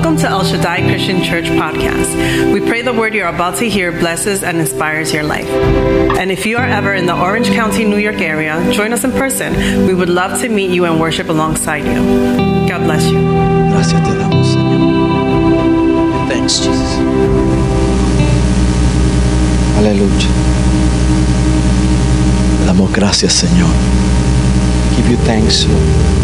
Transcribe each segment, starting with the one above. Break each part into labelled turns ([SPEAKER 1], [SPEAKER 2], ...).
[SPEAKER 1] Shaddai Christian Church podcast. We pray the word you're about to hear blesses and inspires your life. And if you are ever in the Orange County, New York area, join us in person. We would love to meet you and worship alongside you. God bless you.
[SPEAKER 2] Gracias te damos, Señor. Thanks, Jesus. Aleluya. Te damos gracias, Señor. Give you thanks, Lord.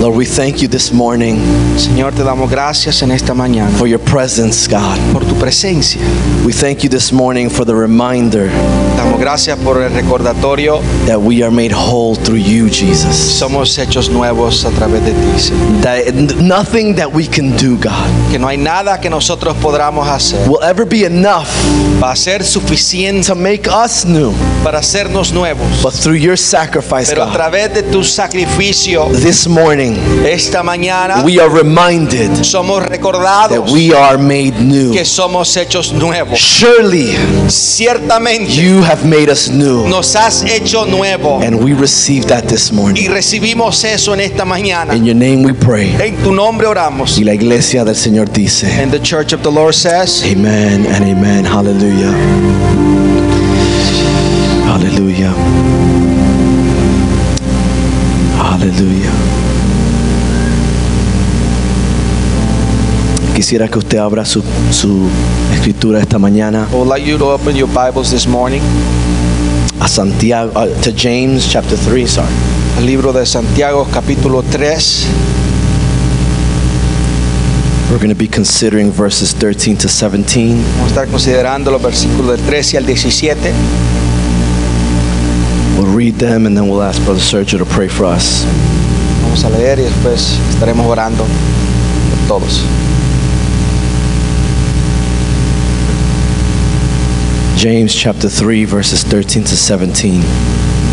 [SPEAKER 2] Lord, we thank you this morning
[SPEAKER 3] Señor, te damos gracias en esta mañana
[SPEAKER 2] for your presence, God.
[SPEAKER 3] por tu presencia.
[SPEAKER 2] We thank you this morning for the reminder
[SPEAKER 3] Damos gracias por el recordatorio.
[SPEAKER 2] that we are made whole through you, Jesus.
[SPEAKER 3] Somos hechos nuevos a través de ti, Señor.
[SPEAKER 2] That n- nothing that we can do, God,
[SPEAKER 3] Que no hay nada que nosotros podamos hacer.
[SPEAKER 2] will ever be enough
[SPEAKER 3] Va a ser suficiente
[SPEAKER 2] to make us new.
[SPEAKER 3] para hacernos nuevos.
[SPEAKER 2] But through your sacrifice,
[SPEAKER 3] Pero a
[SPEAKER 2] God,
[SPEAKER 3] través de tu sacrificio,
[SPEAKER 2] this morning,
[SPEAKER 3] esta mañana
[SPEAKER 2] we are reminded
[SPEAKER 3] somos
[SPEAKER 2] that
[SPEAKER 3] recordados
[SPEAKER 2] we are made new.
[SPEAKER 3] que somos hechos nuevos.
[SPEAKER 2] Surely
[SPEAKER 3] Ciertamente
[SPEAKER 2] you have made us new.
[SPEAKER 3] nos has hecho nuevo
[SPEAKER 2] And we receive that this
[SPEAKER 3] y
[SPEAKER 2] morning.
[SPEAKER 3] recibimos eso en esta mañana.
[SPEAKER 2] In your name we pray.
[SPEAKER 3] En tu nombre oramos.
[SPEAKER 2] Y la iglesia del Señor dice.
[SPEAKER 3] And the church of the Lord says,
[SPEAKER 2] Amen and amen. Hallelujah. Hallelujah. Hallelujah. Quisiera que usted abra su, su escritura esta mañana
[SPEAKER 3] I would like you to open your Bibles this morning.
[SPEAKER 2] a Santiago, uh, to James chapter 3, sorry.
[SPEAKER 3] El libro de Santiago capítulo 3.
[SPEAKER 2] We're going to be considering verses 13 to 17.
[SPEAKER 3] Vamos a estar considerando los versículos del 13 al 17.
[SPEAKER 2] We'll read them and then we'll ask Brother Sergio to pray for us.
[SPEAKER 3] Vamos a leer y después estaremos orando por todos.
[SPEAKER 2] James chapter 3, verses 13 to 17.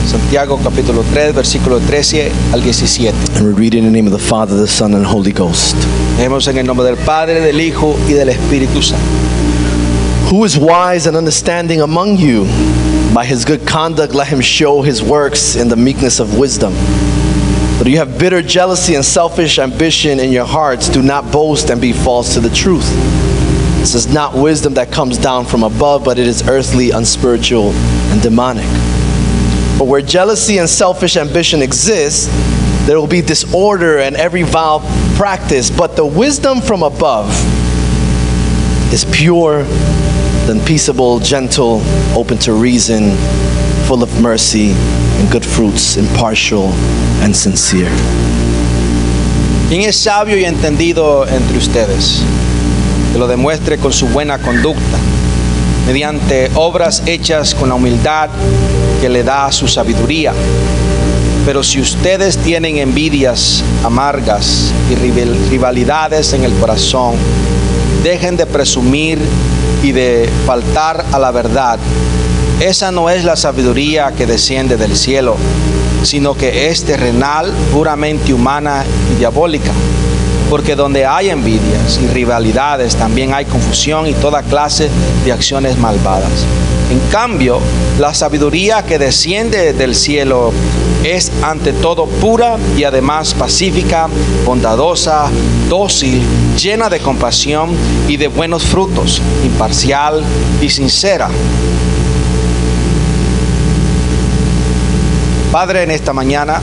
[SPEAKER 3] Santiago capítulo 3, versículo 13 al 17.
[SPEAKER 2] And we read in the name of the Father, the Son, and Holy Ghost.
[SPEAKER 3] Leemos en el nombre del Padre, del Hijo y del Espíritu Santo.
[SPEAKER 2] Who is wise and understanding among you? By his good conduct, let him show his works in the meekness of wisdom. But you have bitter jealousy and selfish ambition in your hearts. Do not boast and be false to the truth. This is not wisdom that comes down from above, but it is earthly, unspiritual, and demonic. But where jealousy and selfish ambition exist, there will be disorder and every vile practice. But the wisdom from above is pure, then peaceable, gentle, open to reason, full of mercy and good fruits, impartial and sincere.
[SPEAKER 3] ¿Quién es sabio y entendido entre ustedes? Que lo demuestre con su buena conducta, mediante obras hechas con la humildad que le da su sabiduría. Pero si ustedes tienen envidias amargas y rival- rivalidades en el corazón, dejen de presumir y de faltar a la verdad. Esa no es la sabiduría que desciende del cielo, sino que es terrenal, puramente humana y diabólica. Porque donde hay envidias y rivalidades también hay confusión y toda clase de acciones malvadas. En cambio, la sabiduría que desciende del cielo es ante todo pura y además pacífica, bondadosa, dócil, llena de compasión y de buenos frutos, imparcial y sincera. Padre, en esta mañana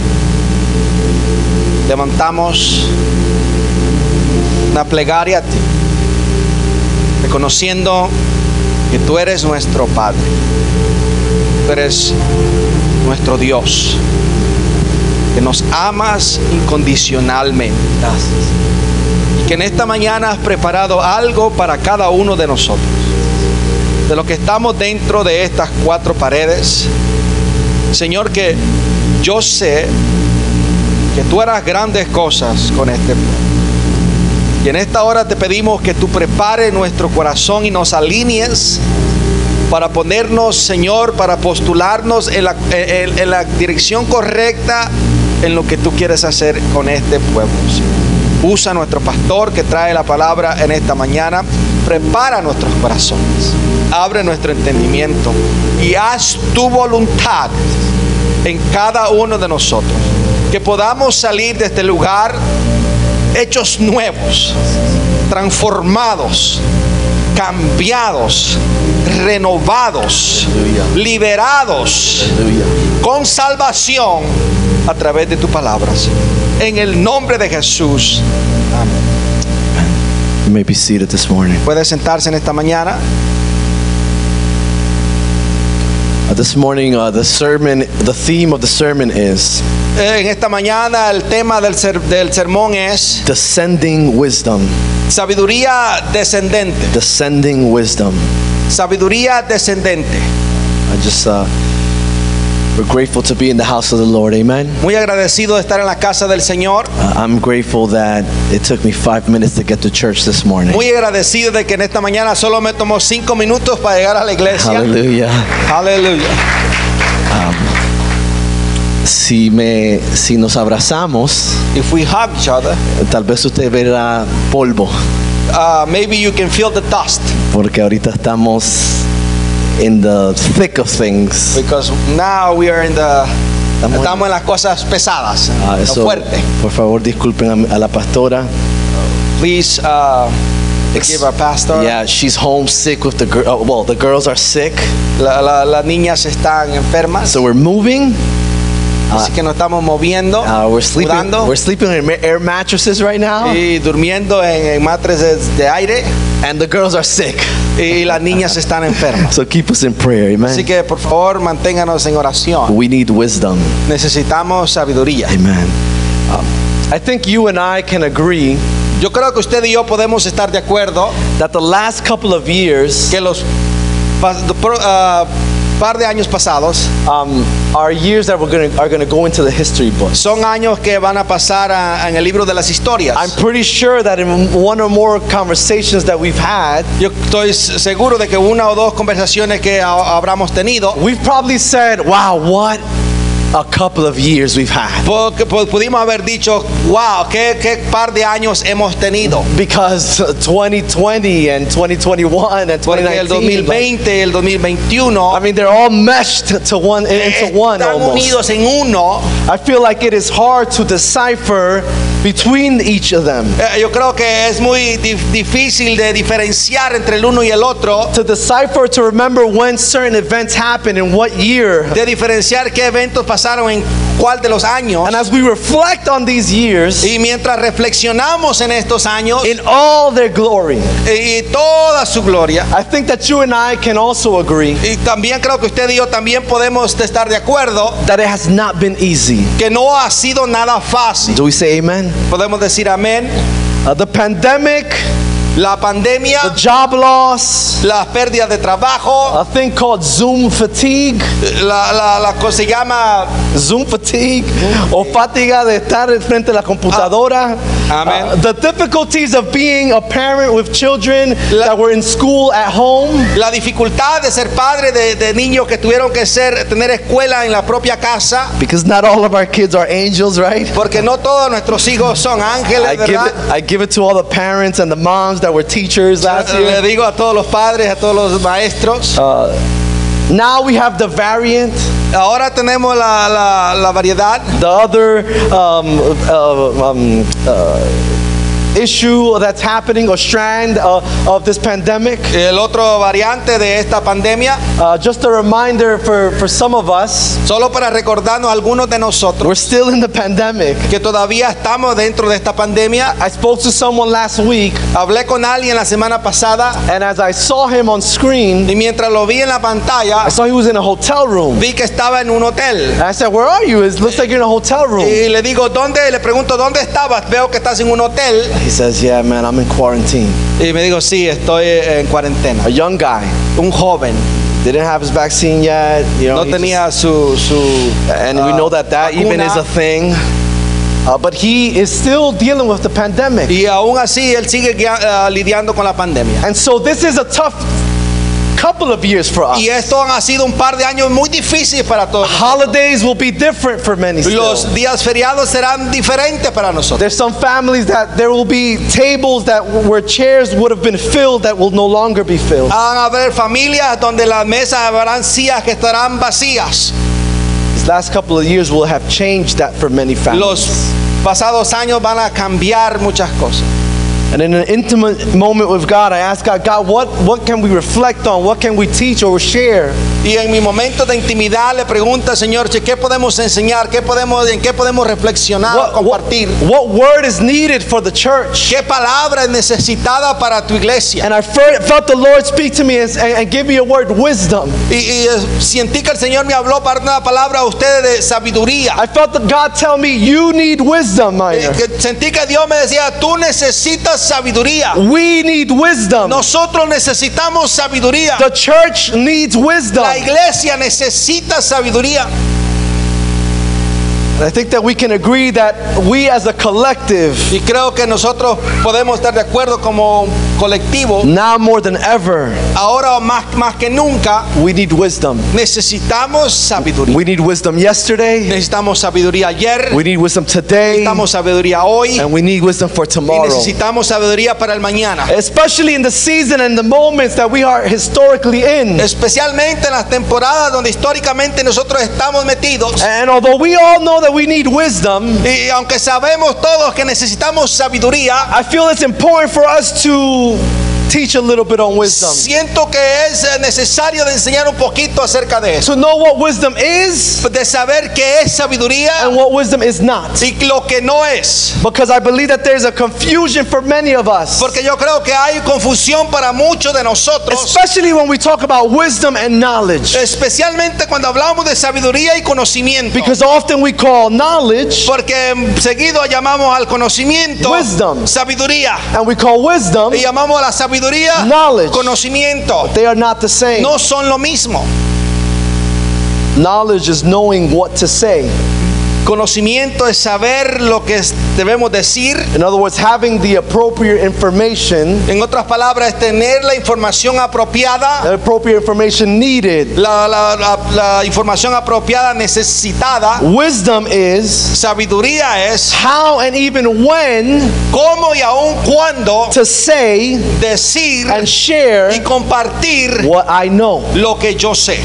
[SPEAKER 3] levantamos una plegaria a ti, reconociendo que tú eres nuestro Padre, tú eres nuestro Dios, que nos amas incondicionalmente y que en esta mañana has preparado algo para cada uno de nosotros, de los que estamos dentro de estas cuatro paredes. Señor, que yo sé que tú harás grandes cosas con este pueblo. Y en esta hora te pedimos que tú prepares nuestro corazón y nos alinees para ponernos, Señor, para postularnos en la, eh, en- en la dirección correcta en lo que tú quieres hacer con este pueblo. Señor. Usa a nuestro pastor que trae la palabra en esta mañana. Prepara nuestros corazones. Abre nuestro entendimiento. Y haz tu voluntad en cada uno de nosotros. Que podamos salir de este lugar hechos nuevos, transformados, cambiados, renovados, liberados con salvación a través de tus palabras. En el nombre de Jesús. Amén.
[SPEAKER 2] You may be seated this morning.
[SPEAKER 3] Puede sentarse en esta mañana.
[SPEAKER 2] Uh, this morning, uh, the sermon, the theme of the sermon is
[SPEAKER 3] Eh, En esta mañana el tema del, ser- del sermón es
[SPEAKER 2] descending wisdom.
[SPEAKER 3] sabiduría descendente.
[SPEAKER 2] Descending wisdom.
[SPEAKER 3] Sabiduría descendente.
[SPEAKER 2] I just, uh, we're grateful to be in the house of the Lord. Amen.
[SPEAKER 3] Muy agradecido de estar en la casa del Señor.
[SPEAKER 2] Uh, I'm grateful that it took me five minutes to get to church this morning.
[SPEAKER 3] Muy agradecido de que en esta mañana solo me tomó cinco minutos para llegar a la iglesia.
[SPEAKER 2] Hallelujah.
[SPEAKER 3] Aleluya.
[SPEAKER 2] Si, me, si nos abrazamos,
[SPEAKER 3] If we hug each other,
[SPEAKER 2] tal vez usted verá polvo,
[SPEAKER 3] uh, maybe you can feel the dust
[SPEAKER 2] porque ahorita estamos in the thick of things.
[SPEAKER 3] because now we are in the
[SPEAKER 2] Estamos-
[SPEAKER 3] estamos en las cosas pesadas,
[SPEAKER 2] Ah,
[SPEAKER 3] lo
[SPEAKER 2] eso,
[SPEAKER 3] fuerte.
[SPEAKER 2] por favor, disculpen a mi- a, la pastora.
[SPEAKER 3] Please uh, give our pastor.
[SPEAKER 2] Yeah, she's homesick with the girl. well, the girls are sick,
[SPEAKER 3] La- la- las niñas están enfermas,
[SPEAKER 2] so we're moving.
[SPEAKER 3] así que nos estamos moviendo,
[SPEAKER 2] Uh, we're sleeping.
[SPEAKER 3] mudando
[SPEAKER 2] We're sleeping in ma- air mattresses right now,
[SPEAKER 3] y durmiendo en, en matrices de aire
[SPEAKER 2] and the girls are sick.
[SPEAKER 3] y las niñas están enfermas.
[SPEAKER 2] So keep us in prayer,
[SPEAKER 3] Así
[SPEAKER 2] amen.
[SPEAKER 3] que por favor manténganos en oración.
[SPEAKER 2] We need wisdom,
[SPEAKER 3] Necesitamos sabiduría.
[SPEAKER 2] amen. Um, I think you and I can agree
[SPEAKER 3] Yo creo que usted y yo podemos estar de acuerdo
[SPEAKER 2] that the last couple of years,
[SPEAKER 3] que los pas- pro- ah, par de años pasados
[SPEAKER 2] um, are years that we're gonna are gonna go into the history books.
[SPEAKER 3] son años que van a pasar a- en el libro de las historias.
[SPEAKER 2] I'm pretty sure that in one or more conversations that we've had,
[SPEAKER 3] Yo estoy s- seguro de que una o dos conversaciones que ha- habramos tenido
[SPEAKER 2] we've probably said, "Wow, what a couple of years we've had."
[SPEAKER 3] Porque pu- pudimos haber dicho, wow, qué, qué par de años hemos tenido.
[SPEAKER 2] Because 2020 and 2021 and
[SPEAKER 3] Porque
[SPEAKER 2] 2019,
[SPEAKER 3] el
[SPEAKER 2] like,
[SPEAKER 3] 2020, el 2021
[SPEAKER 2] I mean, they're all meshed to one into one
[SPEAKER 3] están
[SPEAKER 2] almost.
[SPEAKER 3] unidos en uno.
[SPEAKER 2] I feel like it is hard to decipher between each of them.
[SPEAKER 3] Eh, Yo creo que es muy dif- difícil de diferenciar entre el uno y el otro,
[SPEAKER 2] To decipher, to remember when certain events happened in what year.
[SPEAKER 3] de diferenciar qué eventos pasaron en cuál de los años.
[SPEAKER 2] And as we reflect on these years
[SPEAKER 3] Y mientras reflexionamos en estos años
[SPEAKER 2] in all their glory,
[SPEAKER 3] eh, y toda su gloria,
[SPEAKER 2] I think that you and I can also agree
[SPEAKER 3] y también creo que usted y yo también podemos estar de acuerdo
[SPEAKER 2] that it has not been easy.
[SPEAKER 3] que no ha sido nada fácil.
[SPEAKER 2] Do we say amen?
[SPEAKER 3] Podemos decir amén.
[SPEAKER 2] Uh, the pandemic,
[SPEAKER 3] La pandemia,
[SPEAKER 2] the job loss,
[SPEAKER 3] las pérdidas de trabajo,
[SPEAKER 2] a thing called Zoom fatigue,
[SPEAKER 3] la, la, la cosa se llama
[SPEAKER 2] Zoom fatigue, o fatiga de estar frente a la computadora.
[SPEAKER 3] Amen.
[SPEAKER 2] Uh, the difficulties of being a parent with children that were in school at home.
[SPEAKER 3] la dificultad de ser padre de, de niños que tuvieron que ser, tener escuela en la propia casa,
[SPEAKER 2] Because not all of our kids are angels, right?
[SPEAKER 3] porque no todos nuestros hijos son
[SPEAKER 2] I
[SPEAKER 3] ángeles,
[SPEAKER 2] give, it,
[SPEAKER 3] ¿verdad?
[SPEAKER 2] I give it to all the parents and the moms that were teachers last
[SPEAKER 3] Le
[SPEAKER 2] year.
[SPEAKER 3] digo a todos los padres, a todos los maestros.
[SPEAKER 2] Uh, Now we have the variant,
[SPEAKER 3] Ahora tenemos la, la, la variedad,
[SPEAKER 2] the other um, uh, um, uh, issue that's happening or strand uh, of this pandemic.
[SPEAKER 3] el otro variante de esta pandemia.
[SPEAKER 2] Uh, just a reminder for, for some of us,
[SPEAKER 3] Solo para recordarnos a algunos de nosotros
[SPEAKER 2] we're still in the pandemic.
[SPEAKER 3] que todavía estamos dentro de esta pandemia.
[SPEAKER 2] I spoke to someone last week,
[SPEAKER 3] Hablé con alguien la semana pasada
[SPEAKER 2] and as I saw him on screen,
[SPEAKER 3] Y mientras lo vi en la pantalla,
[SPEAKER 2] I saw he was in a hotel room.
[SPEAKER 3] vi que estaba en un hotel.
[SPEAKER 2] And I said, Where are you? It looks like you're in a hotel room.
[SPEAKER 3] Y le digo, ¿dónde? Le pregunto, ¿dónde estabas? Veo que estás en un hotel.
[SPEAKER 2] He says, Yeah, man, I'm in quarantine.
[SPEAKER 3] Y me digo, sí, estoy en cuarentena.
[SPEAKER 2] A young guy.
[SPEAKER 3] Un joven.
[SPEAKER 2] didn't have his vaccine yet. You know,
[SPEAKER 3] No
[SPEAKER 2] he
[SPEAKER 3] tenía su... su
[SPEAKER 2] just- and we
[SPEAKER 3] uh,
[SPEAKER 2] know that that even is a
[SPEAKER 3] vacuna.
[SPEAKER 2] thing. Uh, but he is still dealing with the pandemic,
[SPEAKER 3] Y aún así, él sigue guia- ah, lidiando con la pandemia.
[SPEAKER 2] and so this is a tough couple of years for us.
[SPEAKER 3] Y esto ha sido un par de años muy difíciles para todos.
[SPEAKER 2] Holidays will be different for many. Still.
[SPEAKER 3] Los días feriados serán diferentes para nosotros.
[SPEAKER 2] There's some families that there will be tables that where chairs would have been filled that will no longer be filled.
[SPEAKER 3] Van a haber familias donde las mesas habrán sillas que estarán vacías.
[SPEAKER 2] These last couple of years will have changed that for many families.
[SPEAKER 3] Los Pasados años van a cambiar muchas cosas.
[SPEAKER 2] And in an intimate moment with God, I ask God, God, what, what can we reflect on? What can we teach or share?
[SPEAKER 3] Y en mi momento de intimidad le pregunta, Señor, che, ¿qué podemos enseñar? ¿Qué podemos, ¿En qué podemos reflexionar,
[SPEAKER 2] What, what,
[SPEAKER 3] Ah, compartir?
[SPEAKER 2] what word is needed for the church?
[SPEAKER 3] ¿Qué palabra es necesitada para tu iglesia?
[SPEAKER 2] And I fe- felt the Lord speak to me and, and and give me a word, wisdom.
[SPEAKER 3] Y, y, eh, sentí que el Señor me habló para una palabra a ustedes de sabiduría.
[SPEAKER 2] I felt that God tell me, you need wisdom,
[SPEAKER 3] Eh,
[SPEAKER 2] Minor.
[SPEAKER 3] que Sentí que Dios me decía, tú necesitas sabiduría.
[SPEAKER 2] We need wisdom.
[SPEAKER 3] Nosotros necesitamos sabiduría.
[SPEAKER 2] The church needs wisdom.
[SPEAKER 3] La iglesia necesita sabiduría.
[SPEAKER 2] And I think that we can agree that we as a collective,
[SPEAKER 3] Y creo que nosotros podemos estar de acuerdo como colectivo.
[SPEAKER 2] now more than ever,
[SPEAKER 3] Ahora más, más que nunca
[SPEAKER 2] we need wisdom.
[SPEAKER 3] necesitamos sabiduría.
[SPEAKER 2] We need wisdom yesterday,
[SPEAKER 3] Necesitamos sabiduría ayer,
[SPEAKER 2] we need wisdom today,
[SPEAKER 3] necesitamos sabiduría hoy
[SPEAKER 2] and we need wisdom for
[SPEAKER 3] y
[SPEAKER 2] tomorrow.
[SPEAKER 3] necesitamos sabiduría para el mañana.
[SPEAKER 2] Especially in the season and the moments that we are historically in.
[SPEAKER 3] Especialmente en las temporadas donde históricamente nosotros estamos metidos.
[SPEAKER 2] And although we all know that we need wisdom,
[SPEAKER 3] Y aunque sabemos todos que necesitamos sabiduría,
[SPEAKER 2] I feel it's important for us to teach a little bit on wisdom.
[SPEAKER 3] siento que es eh, necesario de enseñar un poquito acerca de eso.
[SPEAKER 2] To know what wisdom is
[SPEAKER 3] De saber qué es sabiduría
[SPEAKER 2] and what wisdom is not.
[SPEAKER 3] y lo que no es.
[SPEAKER 2] Because I believe that there's a confusion for many of us.
[SPEAKER 3] Porque yo creo que hay confusión para muchos de nosotros.
[SPEAKER 2] Especially when we talk about wisdom and knowledge.
[SPEAKER 3] Especialmente cuando hablamos de sabiduría y conocimiento.
[SPEAKER 2] Because often we call knowledge
[SPEAKER 3] Porque seguido llamamos al conocimiento
[SPEAKER 2] Wisdom.
[SPEAKER 3] sabiduría.
[SPEAKER 2] and we call wisdom,
[SPEAKER 3] Y llamamos a la sabiduría
[SPEAKER 2] Knowledge.
[SPEAKER 3] conocimiento.
[SPEAKER 2] they are not the same.
[SPEAKER 3] No son lo mismo.
[SPEAKER 2] Knowledge is knowing what to say.
[SPEAKER 3] Conocimiento es saber lo que es- debemos decir.
[SPEAKER 2] In other words, having the appropriate information,
[SPEAKER 3] En otras palabras, es tener la información apropiada,
[SPEAKER 2] the appropriate information needed.
[SPEAKER 3] la, la- la- la información apropiada necesitada.
[SPEAKER 2] Wisdom is
[SPEAKER 3] Sabiduría es
[SPEAKER 2] how and even when
[SPEAKER 3] cómo y aún cuándo
[SPEAKER 2] to say
[SPEAKER 3] decir
[SPEAKER 2] and share
[SPEAKER 3] y compartir
[SPEAKER 2] what I know.
[SPEAKER 3] lo que yo sé.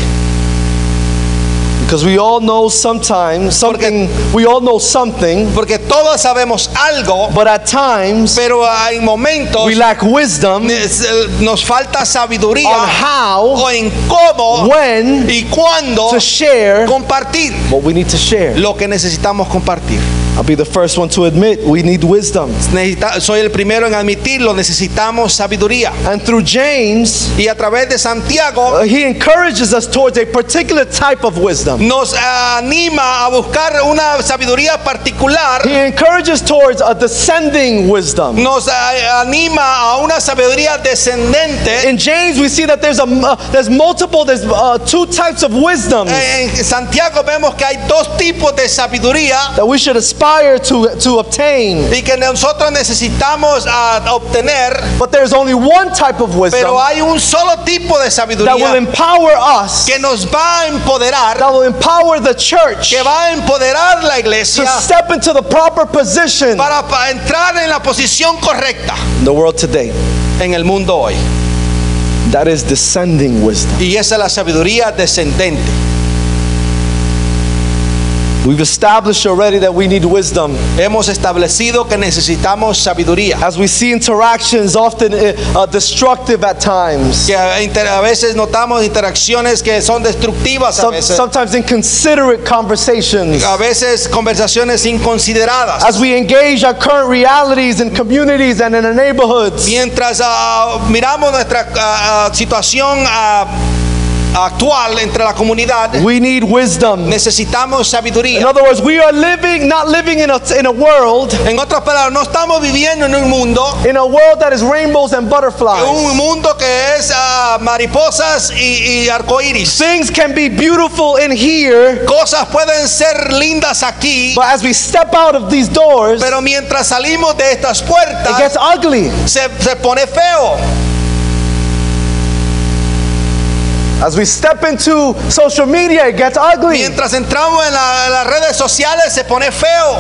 [SPEAKER 2] Because we all know sometimes something, we all know something,
[SPEAKER 3] Porque todos sabemos algo,
[SPEAKER 2] but at times
[SPEAKER 3] pero hay momentos
[SPEAKER 2] we lack wisdom
[SPEAKER 3] es- eh, nos falta
[SPEAKER 2] on
[SPEAKER 3] sabiduría
[SPEAKER 2] how,
[SPEAKER 3] o en cómo
[SPEAKER 2] when
[SPEAKER 3] y cuándo
[SPEAKER 2] to share
[SPEAKER 3] compartir
[SPEAKER 2] what we need to share.
[SPEAKER 3] lo que necesitamos compartir.
[SPEAKER 2] I'll be the first one to admit we need wisdom.
[SPEAKER 3] Necesita- soy el primero en admitirlo, necesitamos sabiduría.
[SPEAKER 2] And through James,
[SPEAKER 3] Y a través de Santiago
[SPEAKER 2] uh, he encourages us towards a particular type of wisdom.
[SPEAKER 3] nos anima a buscar una sabiduría particular
[SPEAKER 2] He encourages towards a descending wisdom.
[SPEAKER 3] nos a- anima a una sabiduría descendente.
[SPEAKER 2] In James, we see that there's a uh, there's multiple there's uh, two types of wisdom
[SPEAKER 3] Eh, En Santiago vemos que hay dos tipos de sabiduría
[SPEAKER 2] that we should aspire to to obtain.
[SPEAKER 3] y que nosotros necesitamos ah, obtener,
[SPEAKER 2] But there's only one type of wisdom
[SPEAKER 3] pero hay un solo tipo de
[SPEAKER 2] that will
[SPEAKER 3] sabiduría
[SPEAKER 2] empower us,
[SPEAKER 3] que nos va a empoderar,
[SPEAKER 2] that will empower the church
[SPEAKER 3] que va a empoderar la
[SPEAKER 2] to
[SPEAKER 3] iglesia
[SPEAKER 2] step into the proper position
[SPEAKER 3] para pa- entrar en la posición correcta
[SPEAKER 2] in the world today.
[SPEAKER 3] en el mundo hoy.
[SPEAKER 2] That is descending wisdom.
[SPEAKER 3] Y esa es la sabiduría descendente.
[SPEAKER 2] We've established already that we need wisdom.
[SPEAKER 3] Hemos establecido que necesitamos sabiduría.
[SPEAKER 2] As we see interactions often uh, uh, destructive at times,
[SPEAKER 3] que a inter- a veces notamos interacciones que son destructivas a
[SPEAKER 2] some,
[SPEAKER 3] veces,
[SPEAKER 2] sometimes inconsiderate conversations.
[SPEAKER 3] a veces conversaciones inconsideradas.
[SPEAKER 2] As we engage our current realities in communities and in our neighborhoods,
[SPEAKER 3] Mientras ah, miramos nuestra ah, ah, situación ah, actual entre la comunidad,
[SPEAKER 2] we need wisdom.
[SPEAKER 3] necesitamos
[SPEAKER 2] In
[SPEAKER 3] sabiduría.
[SPEAKER 2] other words, we are living, not living in a, in a world,
[SPEAKER 3] En otras palabras, no estamos viviendo en un mundo,
[SPEAKER 2] in a world that is rainbows and
[SPEAKER 3] un
[SPEAKER 2] butterflies.
[SPEAKER 3] mundo que es ah, mariposas y, y arcoíris.
[SPEAKER 2] Things can be beautiful in here,
[SPEAKER 3] Cosas pueden ser lindas aquí,
[SPEAKER 2] but as we step out of these doors, it
[SPEAKER 3] pero mientras salimos de estas puertas,
[SPEAKER 2] gets ugly.
[SPEAKER 3] se, se pone feo.
[SPEAKER 2] As we step into social media, it gets ugly.
[SPEAKER 3] Mientras entramos en, la- en las redes sociales se pone feo.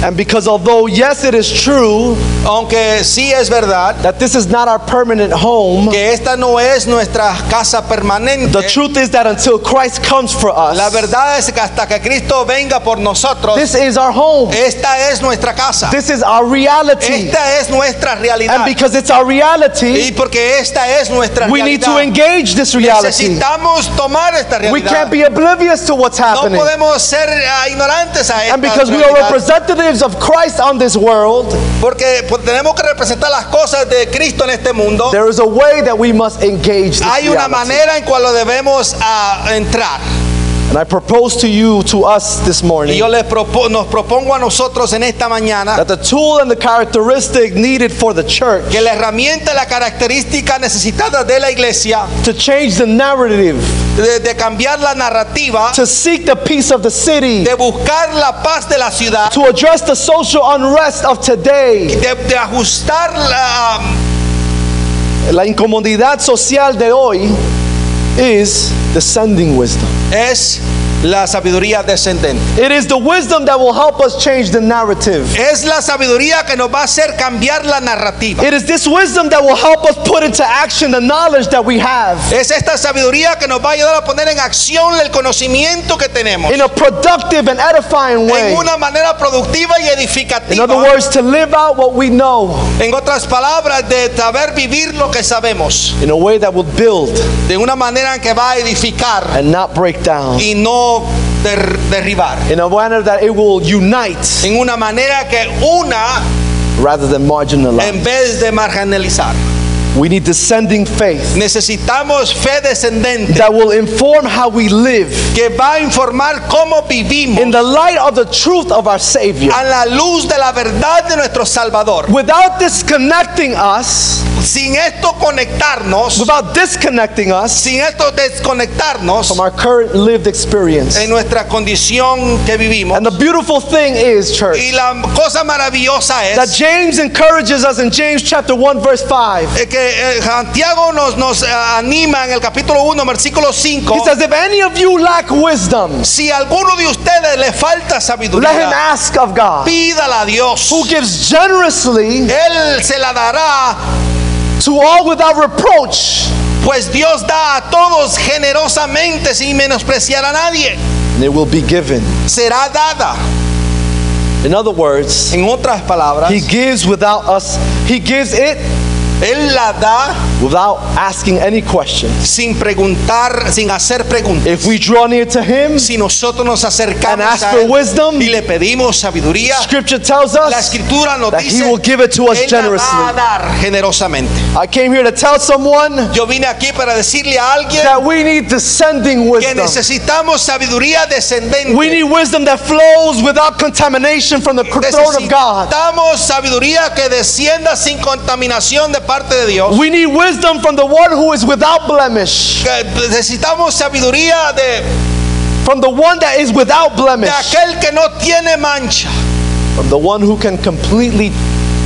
[SPEAKER 2] And because although, yes, it is true
[SPEAKER 3] Aunque sí es verdad
[SPEAKER 2] that this is not our permanent home,
[SPEAKER 3] que esta no es nuestra casa
[SPEAKER 2] the
[SPEAKER 3] permanente,
[SPEAKER 2] truth is that until Christ comes for
[SPEAKER 3] la
[SPEAKER 2] us,
[SPEAKER 3] verdad es que hasta que Cristo venga por nosotros,
[SPEAKER 2] this is our home.
[SPEAKER 3] esta es nuestra casa,
[SPEAKER 2] This is our reality.
[SPEAKER 3] esta es nuestra realidad.
[SPEAKER 2] And because it's our
[SPEAKER 3] Y
[SPEAKER 2] reality,
[SPEAKER 3] porque esta es nuestra
[SPEAKER 2] we need to
[SPEAKER 3] realidad,
[SPEAKER 2] engage this reality.
[SPEAKER 3] necesitamos tomar esta
[SPEAKER 2] We can't
[SPEAKER 3] realidad.
[SPEAKER 2] be oblivious to what's
[SPEAKER 3] No
[SPEAKER 2] happening.
[SPEAKER 3] podemos ser ah, ignorantes a esta
[SPEAKER 2] And because we are
[SPEAKER 3] realidad.
[SPEAKER 2] representatives of Christ on this world,
[SPEAKER 3] Porque pues, tenemos que representar las cosas de Cristo en este mundo.
[SPEAKER 2] there is a way that we must engage this
[SPEAKER 3] Hay una
[SPEAKER 2] reality.
[SPEAKER 3] manera en cual lo debemos ah, entrar.
[SPEAKER 2] And I propose to you, to us this
[SPEAKER 3] Y
[SPEAKER 2] morning,
[SPEAKER 3] yo les propo- nos propongo a nosotros en esta mañana
[SPEAKER 2] that the tool and the characteristic needed for the church
[SPEAKER 3] que la herramienta, la característica necesitada de la iglesia,
[SPEAKER 2] to change the narrative,
[SPEAKER 3] de, de cambiar la narrativa,
[SPEAKER 2] to seek the peace of the city,
[SPEAKER 3] de buscar la paz de la ciudad,
[SPEAKER 2] to address the social unrest of today,
[SPEAKER 3] de, de ajustar la,
[SPEAKER 2] la incomodidad social de hoy is descending wisdom.
[SPEAKER 3] es la sabiduría descendente.
[SPEAKER 2] It is the wisdom that will help us change the narrative.
[SPEAKER 3] Es la sabiduría que nos va a hacer cambiar la narrativa.
[SPEAKER 2] It is this wisdom that will help us put into action the knowledge that we have
[SPEAKER 3] Es esta sabiduría que nos va a ayudar a poner en acción el conocimiento que tenemos
[SPEAKER 2] in a productive and edifying way.
[SPEAKER 3] en una manera productiva y
[SPEAKER 2] In other
[SPEAKER 3] edificativa.
[SPEAKER 2] words, to live out what we know
[SPEAKER 3] En otras palabras, de saber vivir lo que sabemos
[SPEAKER 2] in a way that will build
[SPEAKER 3] de una manera que va a edificar
[SPEAKER 2] and not break down,
[SPEAKER 3] y no der- derribar.
[SPEAKER 2] in a manner that it will unite
[SPEAKER 3] En una manera que una
[SPEAKER 2] rather than marginalize.
[SPEAKER 3] en vez de marginalizar.
[SPEAKER 2] We need descending faith
[SPEAKER 3] Necesitamos fe descendente
[SPEAKER 2] that will inform how we live
[SPEAKER 3] que va a informar cómo vivimos
[SPEAKER 2] in the light of the truth of our Savior
[SPEAKER 3] a la luz de la verdad de nuestro Salvador.
[SPEAKER 2] without disconnecting us,
[SPEAKER 3] Sin esto conectarnos,
[SPEAKER 2] without disconnecting us
[SPEAKER 3] sin esto desconectarnos
[SPEAKER 2] from our current lived experience.
[SPEAKER 3] en nuestra condición que vivimos.
[SPEAKER 2] And the beautiful thing is, church,
[SPEAKER 3] Y la cosa maravillosa
[SPEAKER 2] that
[SPEAKER 3] es
[SPEAKER 2] James encourages us in James chapter 1 verse 5.
[SPEAKER 3] eh, que eh, Santiago nos, nos eh, anima en el capítulo 1, versículo
[SPEAKER 2] He
[SPEAKER 3] 5.
[SPEAKER 2] says, if any of you lack wisdom,
[SPEAKER 3] Si a alguno de ustedes le falta
[SPEAKER 2] let him
[SPEAKER 3] sabiduría,
[SPEAKER 2] ask of God,
[SPEAKER 3] pídala a Dios.
[SPEAKER 2] who gives generously
[SPEAKER 3] Él se la dará,
[SPEAKER 2] to all without reproach,
[SPEAKER 3] pues Dios da a todos generosamente sin menospreciar a nadie.
[SPEAKER 2] and it will be given.
[SPEAKER 3] Será dada.
[SPEAKER 2] In other words,
[SPEAKER 3] En otras palabras,
[SPEAKER 2] he gives without us, he gives it
[SPEAKER 3] Él la da
[SPEAKER 2] without asking any question.
[SPEAKER 3] sin preguntar, sin hacer preguntas.
[SPEAKER 2] If we draw near to him,
[SPEAKER 3] Si nosotros nos
[SPEAKER 2] And
[SPEAKER 3] acercamos
[SPEAKER 2] ask
[SPEAKER 3] a
[SPEAKER 2] for
[SPEAKER 3] él
[SPEAKER 2] wisdom.
[SPEAKER 3] y le pedimos sabiduría,
[SPEAKER 2] scripture tells
[SPEAKER 3] la
[SPEAKER 2] us,
[SPEAKER 3] escritura nos
[SPEAKER 2] that he
[SPEAKER 3] dice
[SPEAKER 2] will give it to us
[SPEAKER 3] Él la va a
[SPEAKER 2] generously.
[SPEAKER 3] dar generosamente.
[SPEAKER 2] I came here to tell someone
[SPEAKER 3] Yo vine aquí para decirle a alguien
[SPEAKER 2] that we need descending
[SPEAKER 3] que
[SPEAKER 2] wisdom.
[SPEAKER 3] necesitamos sabiduría descendente.
[SPEAKER 2] We need wisdom that flows without contamination from the throne of God.
[SPEAKER 3] Necesitamos sabiduría que descienda sin contaminación de parte de Dios.
[SPEAKER 2] We need wisdom from the one who is without blemish,
[SPEAKER 3] Que necesitamos sabiduría de,
[SPEAKER 2] from the one that is without
[SPEAKER 3] de
[SPEAKER 2] blemish,
[SPEAKER 3] aquel que no tiene mancha,
[SPEAKER 2] from the one who can completely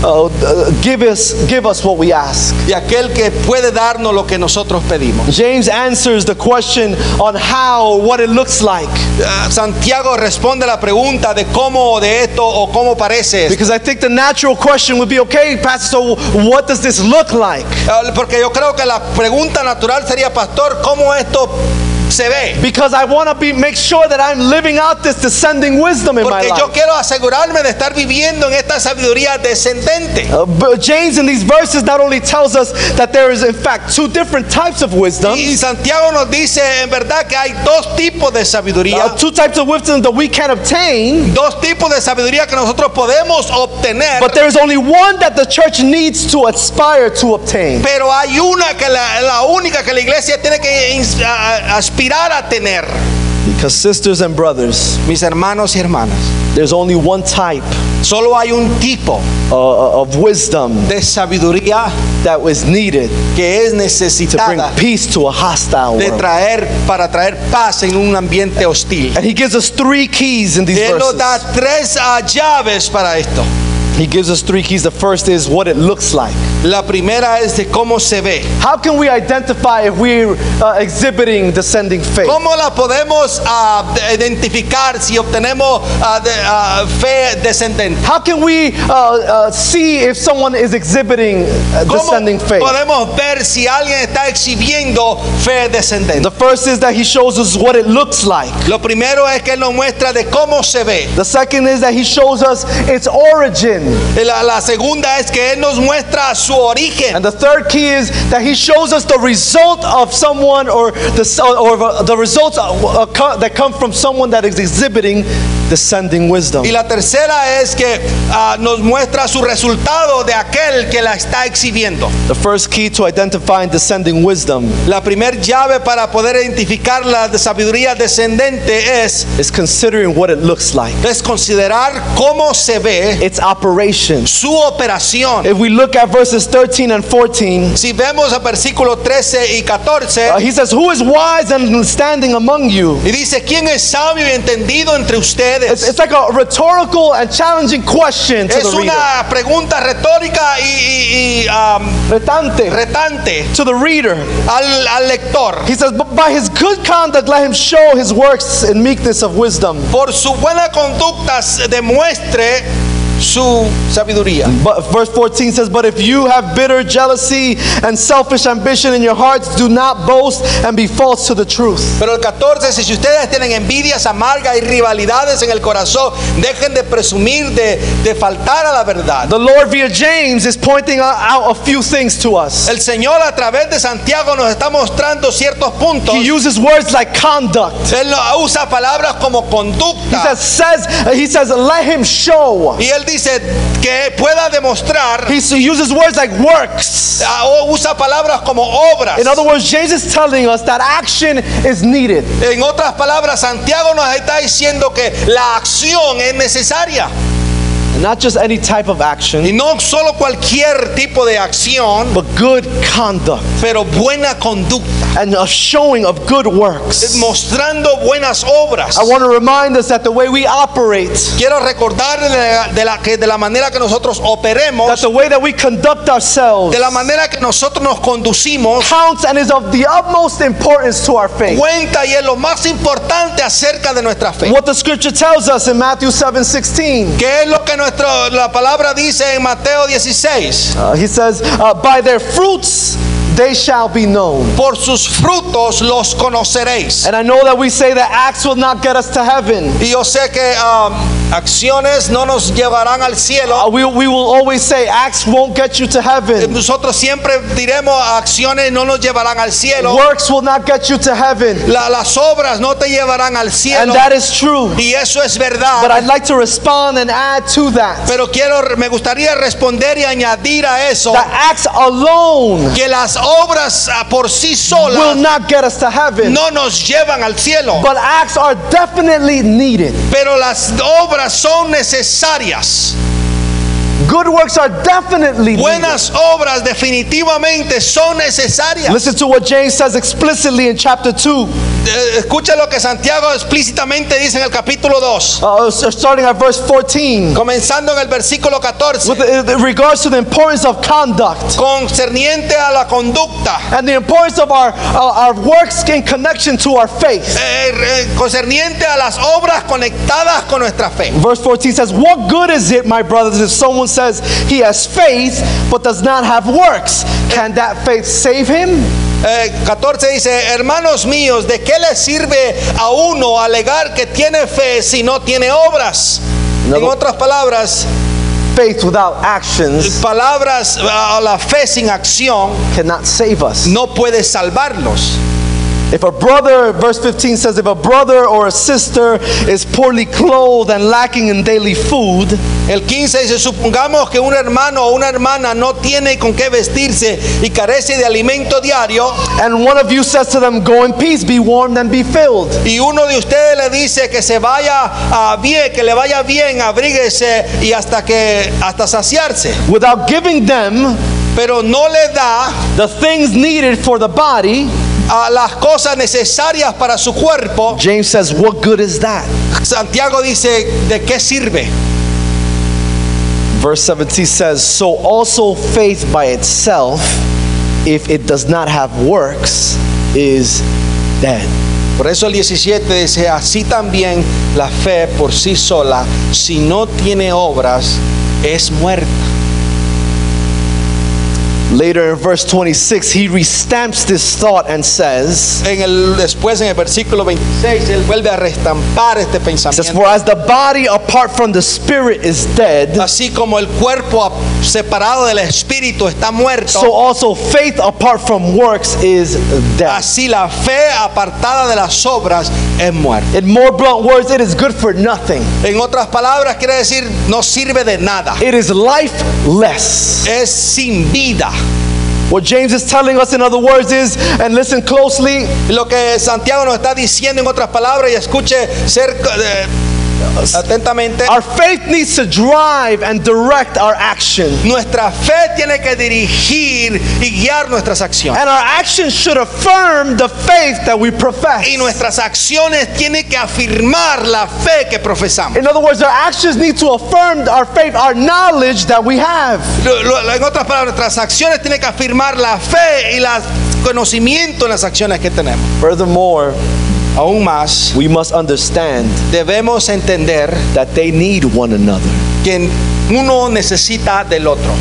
[SPEAKER 2] uh, uh, give us give us what we ask.
[SPEAKER 3] de aquel que puede darnos lo que nosotros pedimos.
[SPEAKER 2] James answers the question on how or what it looks like
[SPEAKER 3] Ah, Santiago responde la pregunta de cómo de esto o cómo parece. esto.
[SPEAKER 2] because I think the natural question would be okay, pastor, so what does this look like?
[SPEAKER 3] Ah, Porque yo creo que la pregunta natural sería, pastor, ¿cómo esto se ve?
[SPEAKER 2] Because I want to be make sure that I'm living out this descending wisdom in my
[SPEAKER 3] Porque yo
[SPEAKER 2] life.
[SPEAKER 3] quiero asegurarme de estar viviendo en esta sabiduría descendente.
[SPEAKER 2] Uh, but James in these verses not only tells us that there is in fact two different types of wisdom,
[SPEAKER 3] Y Santiago nos dice en verdad que hay dos tipos de sabiduría,
[SPEAKER 2] uh, two types of wisdom that we can obtain,
[SPEAKER 3] dos tipos de sabiduría que nosotros podemos obtener,
[SPEAKER 2] but there is only one that the church needs to aspire to obtain.
[SPEAKER 3] pero hay una que la, la única que la iglesia tiene que ins- a- a- aspirar a tener.
[SPEAKER 2] Because sisters and brothers,
[SPEAKER 3] Mis hermanos y hermanas,
[SPEAKER 2] there's only one type
[SPEAKER 3] solo hay un tipo
[SPEAKER 2] uh, of wisdom
[SPEAKER 3] de sabiduría
[SPEAKER 2] that was needed
[SPEAKER 3] que es
[SPEAKER 2] to bring
[SPEAKER 3] necesitada
[SPEAKER 2] peace to a hostile
[SPEAKER 3] de
[SPEAKER 2] world.
[SPEAKER 3] traer para traer paz en un ambiente hostil.
[SPEAKER 2] And he gives us three keys in these
[SPEAKER 3] Él nos da
[SPEAKER 2] verses.
[SPEAKER 3] tres ah, llaves para esto.
[SPEAKER 2] He gives us three keys. The first is what it looks like.
[SPEAKER 3] La primera es de cómo se ve.
[SPEAKER 2] How can we identify if we're uh, exhibiting descending faith?
[SPEAKER 3] ¿Cómo la podemos ah, de- identificar si obtenemos ah, de- ah, fe descendente?
[SPEAKER 2] How can we uh, uh, see if someone is exhibiting uh,
[SPEAKER 3] ¿Cómo
[SPEAKER 2] descending faith?
[SPEAKER 3] podemos ver si alguien está exhibiendo fe descendente?
[SPEAKER 2] The first is that he shows us what it looks like.
[SPEAKER 3] Lo primero es que él nos muestra de cómo se ve.
[SPEAKER 2] The second is that he shows us its origin.
[SPEAKER 3] La, la segunda es que él nos muestra su origen.
[SPEAKER 2] And the third key is that he shows us the result of someone or the, or the results uh, co- that come from someone that is exhibiting descending wisdom.
[SPEAKER 3] Y la tercera es que ah, nos muestra su resultado de aquel que la está exhibiendo.
[SPEAKER 2] The first key to identifying descending wisdom
[SPEAKER 3] La primer llave para poder identificar la de- sabiduría descendente es,
[SPEAKER 2] is considering what it looks like,
[SPEAKER 3] es considerar cómo se ve
[SPEAKER 2] its operation.
[SPEAKER 3] su operación.
[SPEAKER 2] If we look at verses 13 and 14,
[SPEAKER 3] Si vemos a versículo 13 y 14,
[SPEAKER 2] uh, he says, Who is wise and understanding among you?
[SPEAKER 3] y dice, ¿quién es sabio y entendido entre
[SPEAKER 2] It's,
[SPEAKER 3] ustedes?
[SPEAKER 2] it's like a rhetorical and challenging question to
[SPEAKER 3] Es
[SPEAKER 2] the reader.
[SPEAKER 3] una pregunta retórica y, y- y, am,
[SPEAKER 2] Retante.
[SPEAKER 3] retante
[SPEAKER 2] To the reader.
[SPEAKER 3] al, al lector.
[SPEAKER 2] He says, But by his good conduct, let him show his works in meekness of wisdom.
[SPEAKER 3] Por su buena conducta se demuestre su sabiduría.
[SPEAKER 2] But verse 14 says, But if you have bitter jealousy and selfish ambition in your hearts, do not boast and be false to the truth.
[SPEAKER 3] Pero el 14, dice, si ustedes tienen envidias amargas y rivalidades en el corazón, dejen de presumir de, de faltar a la verdad.
[SPEAKER 2] The Lord via James is pointing out a few things to us.
[SPEAKER 3] El Señor a través de Santiago nos está mostrando ciertos puntos.
[SPEAKER 2] He uses words like conduct.
[SPEAKER 3] Él no- usa palabras como
[SPEAKER 2] He
[SPEAKER 3] conducta.
[SPEAKER 2] says, says uh, he says, let him show.
[SPEAKER 3] Y él dice que pueda demostrar,
[SPEAKER 2] He s- uses words like works.
[SPEAKER 3] ah, o usa palabras como obras.
[SPEAKER 2] In other words, James is telling us that action is needed.
[SPEAKER 3] En otras palabras, Santiago nos está diciendo que la acción es necesaria.
[SPEAKER 2] And not just any type of action,
[SPEAKER 3] Y no solo cualquier tipo de acción,
[SPEAKER 2] but good conduct.
[SPEAKER 3] pero buena conducta,
[SPEAKER 2] and a showing of good works.
[SPEAKER 3] mostrando buenas obras.
[SPEAKER 2] I want to remind us that the way we operate,
[SPEAKER 3] Quiero recordar de la, de la que, de la manera que nosotros
[SPEAKER 2] that
[SPEAKER 3] operemos,
[SPEAKER 2] the way that we conduct ourselves
[SPEAKER 3] de la manera que nosotros nos conducimos,
[SPEAKER 2] counts and is of the utmost importance to our faith.
[SPEAKER 3] cuenta y es lo más importante acerca de nuestra fe.
[SPEAKER 2] What the scripture tells us in Matthew 7 16,
[SPEAKER 3] ¿Qué es lo que nuestro, la palabra dice en Mateo 16?
[SPEAKER 2] uh, he says, uh, By their fruits they shall be known.
[SPEAKER 3] Por sus frutos los conoceréis.
[SPEAKER 2] And I know that we say that acts will not get us to heaven.
[SPEAKER 3] Y yo sé que um, acciones no nos llevarán al
[SPEAKER 2] Uh,
[SPEAKER 3] cielo.
[SPEAKER 2] we, we will always say acts won't get you to heaven.
[SPEAKER 3] Nosotros siempre diremos acciones no nos llevarán al cielo.
[SPEAKER 2] Works will not get you to heaven.
[SPEAKER 3] La- las obras no te llevarán al
[SPEAKER 2] And
[SPEAKER 3] cielo.
[SPEAKER 2] that is true.
[SPEAKER 3] Y eso es
[SPEAKER 2] But
[SPEAKER 3] verdad.
[SPEAKER 2] I'd like to respond and add to that.
[SPEAKER 3] Pero quiero, me gustaría responder y añadir a eso
[SPEAKER 2] that acts alone
[SPEAKER 3] que las obras ah, por sí
[SPEAKER 2] will
[SPEAKER 3] solas
[SPEAKER 2] not get us to heaven,
[SPEAKER 3] no nos llevan al cielo.
[SPEAKER 2] but acts are definitely needed.
[SPEAKER 3] Pero las obras son necesarias.
[SPEAKER 2] Good works are definitely needed.
[SPEAKER 3] Buenas obras definitivamente son necesarias.
[SPEAKER 2] Listen to what James says explicitly in chapter 2,
[SPEAKER 3] Eh, Escucha lo que Santiago explícitamente dice en el capítulo 2,
[SPEAKER 2] uh, s- starting at verse 14,
[SPEAKER 3] comenzando en el versículo 14,
[SPEAKER 2] with uh, in regards to the importance of conduct
[SPEAKER 3] concerniente a la conducta,
[SPEAKER 2] and the importance of our, uh, our works in connection to our faith.
[SPEAKER 3] eh, eh, concerniente a las obras conectadas con nuestra fe.
[SPEAKER 2] Verse 14 says, What good is it, my brothers, if someone says he has faith but does not have works? Can that faith save him?
[SPEAKER 3] Eh, 14 dice, hermanos míos, ¿de qué le sirve a uno alegar que tiene fe si no tiene obras? En otras palabras,
[SPEAKER 2] Faith without actions
[SPEAKER 3] palabras ah, la fe sin acción
[SPEAKER 2] cannot save us.
[SPEAKER 3] no puede salvarlos.
[SPEAKER 2] If a brother, verse 15 says, if a brother or a sister is poorly clothed and lacking in daily food,
[SPEAKER 3] El 15 dice, supongamos que un hermano o una hermana no tiene con qué vestirse y carece de alimento diario,
[SPEAKER 2] and one of you says to them, Go in peace, be warmed and be filled.
[SPEAKER 3] y uno de ustedes le dice que se vaya a bien, que le vaya bien, abríguese y hasta que hasta saciarse,
[SPEAKER 2] Without giving them
[SPEAKER 3] pero no le da
[SPEAKER 2] the things needed for the body,
[SPEAKER 3] a las cosas necesarias para su cuerpo.
[SPEAKER 2] James says, What good is that?
[SPEAKER 3] Santiago dice, ¿de qué sirve?
[SPEAKER 2] Verse 17 says, So also faith by itself, if it does not have works, is dead.
[SPEAKER 3] Por eso el 17 dice, así también la fe por sí sola, si no tiene obras, es muerta.
[SPEAKER 2] Later in verse 26, he restamps this thought and says,
[SPEAKER 3] En el, después en el versículo 26, él vuelve a restampar este
[SPEAKER 2] says,
[SPEAKER 3] pensamiento.
[SPEAKER 2] For as the body apart from the spirit is dead,
[SPEAKER 3] Así como el cuerpo ap- separado del espíritu está muerto,
[SPEAKER 2] so also faith apart from works is dead.
[SPEAKER 3] así la fe apartada de las obras es muerta.
[SPEAKER 2] In more blunt words, it is good for nothing.
[SPEAKER 3] En otras palabras, quiere decir, no sirve de nada.
[SPEAKER 2] It is lifeless.
[SPEAKER 3] Es sin vida.
[SPEAKER 2] What James is telling us, in other words, is, and listen closely,
[SPEAKER 3] Lo que Santiago nos está diciendo en otras palabras, y escuche cerca, eh, atentamente,
[SPEAKER 2] our faith needs to drive and direct our action.
[SPEAKER 3] nuestra fe tiene que dirigir y guiar nuestras acciones.
[SPEAKER 2] And our actions should affirm the faith that we profess.
[SPEAKER 3] Y nuestras acciones tienen que afirmar la fe que profesamos.
[SPEAKER 2] In other words, our actions need to affirm our faith, our knowledge that we have.
[SPEAKER 3] Lo- lo- En otras palabras, nuestras acciones tienen que afirmar la fe y el conocimiento en las acciones que tenemos.
[SPEAKER 2] Furthermore,
[SPEAKER 3] Aún más,
[SPEAKER 2] we must understand
[SPEAKER 3] debemos entender
[SPEAKER 2] that they need one another.
[SPEAKER 3] que uno necesita del otro.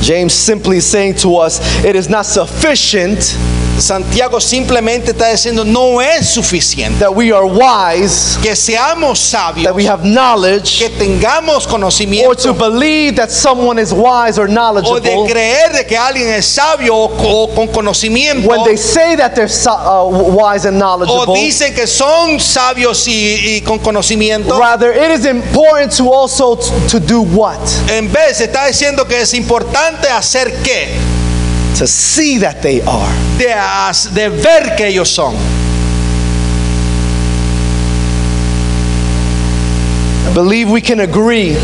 [SPEAKER 2] James simply is saying to us, it is not sufficient
[SPEAKER 3] Santiago simplemente está diciendo no es suficiente
[SPEAKER 2] that we are wise,
[SPEAKER 3] que seamos sabios,
[SPEAKER 2] that we have knowledge,
[SPEAKER 3] que tengamos
[SPEAKER 2] or
[SPEAKER 3] conocimiento
[SPEAKER 2] to believe that someone is wise or
[SPEAKER 3] o de
[SPEAKER 2] knowledgeable.
[SPEAKER 3] creer de que alguien es sabio o, o con conocimiento
[SPEAKER 2] When they say that they're so- uh, wise and
[SPEAKER 3] o
[SPEAKER 2] knowledgeable,
[SPEAKER 3] dicen que son sabios y, y con conocimiento.
[SPEAKER 2] rather it is important to also t- to do what?
[SPEAKER 3] En vez está diciendo que es importante hacer qué,
[SPEAKER 2] To see that they are.
[SPEAKER 3] de, as- de ver que ellos son.
[SPEAKER 2] I believe we can agree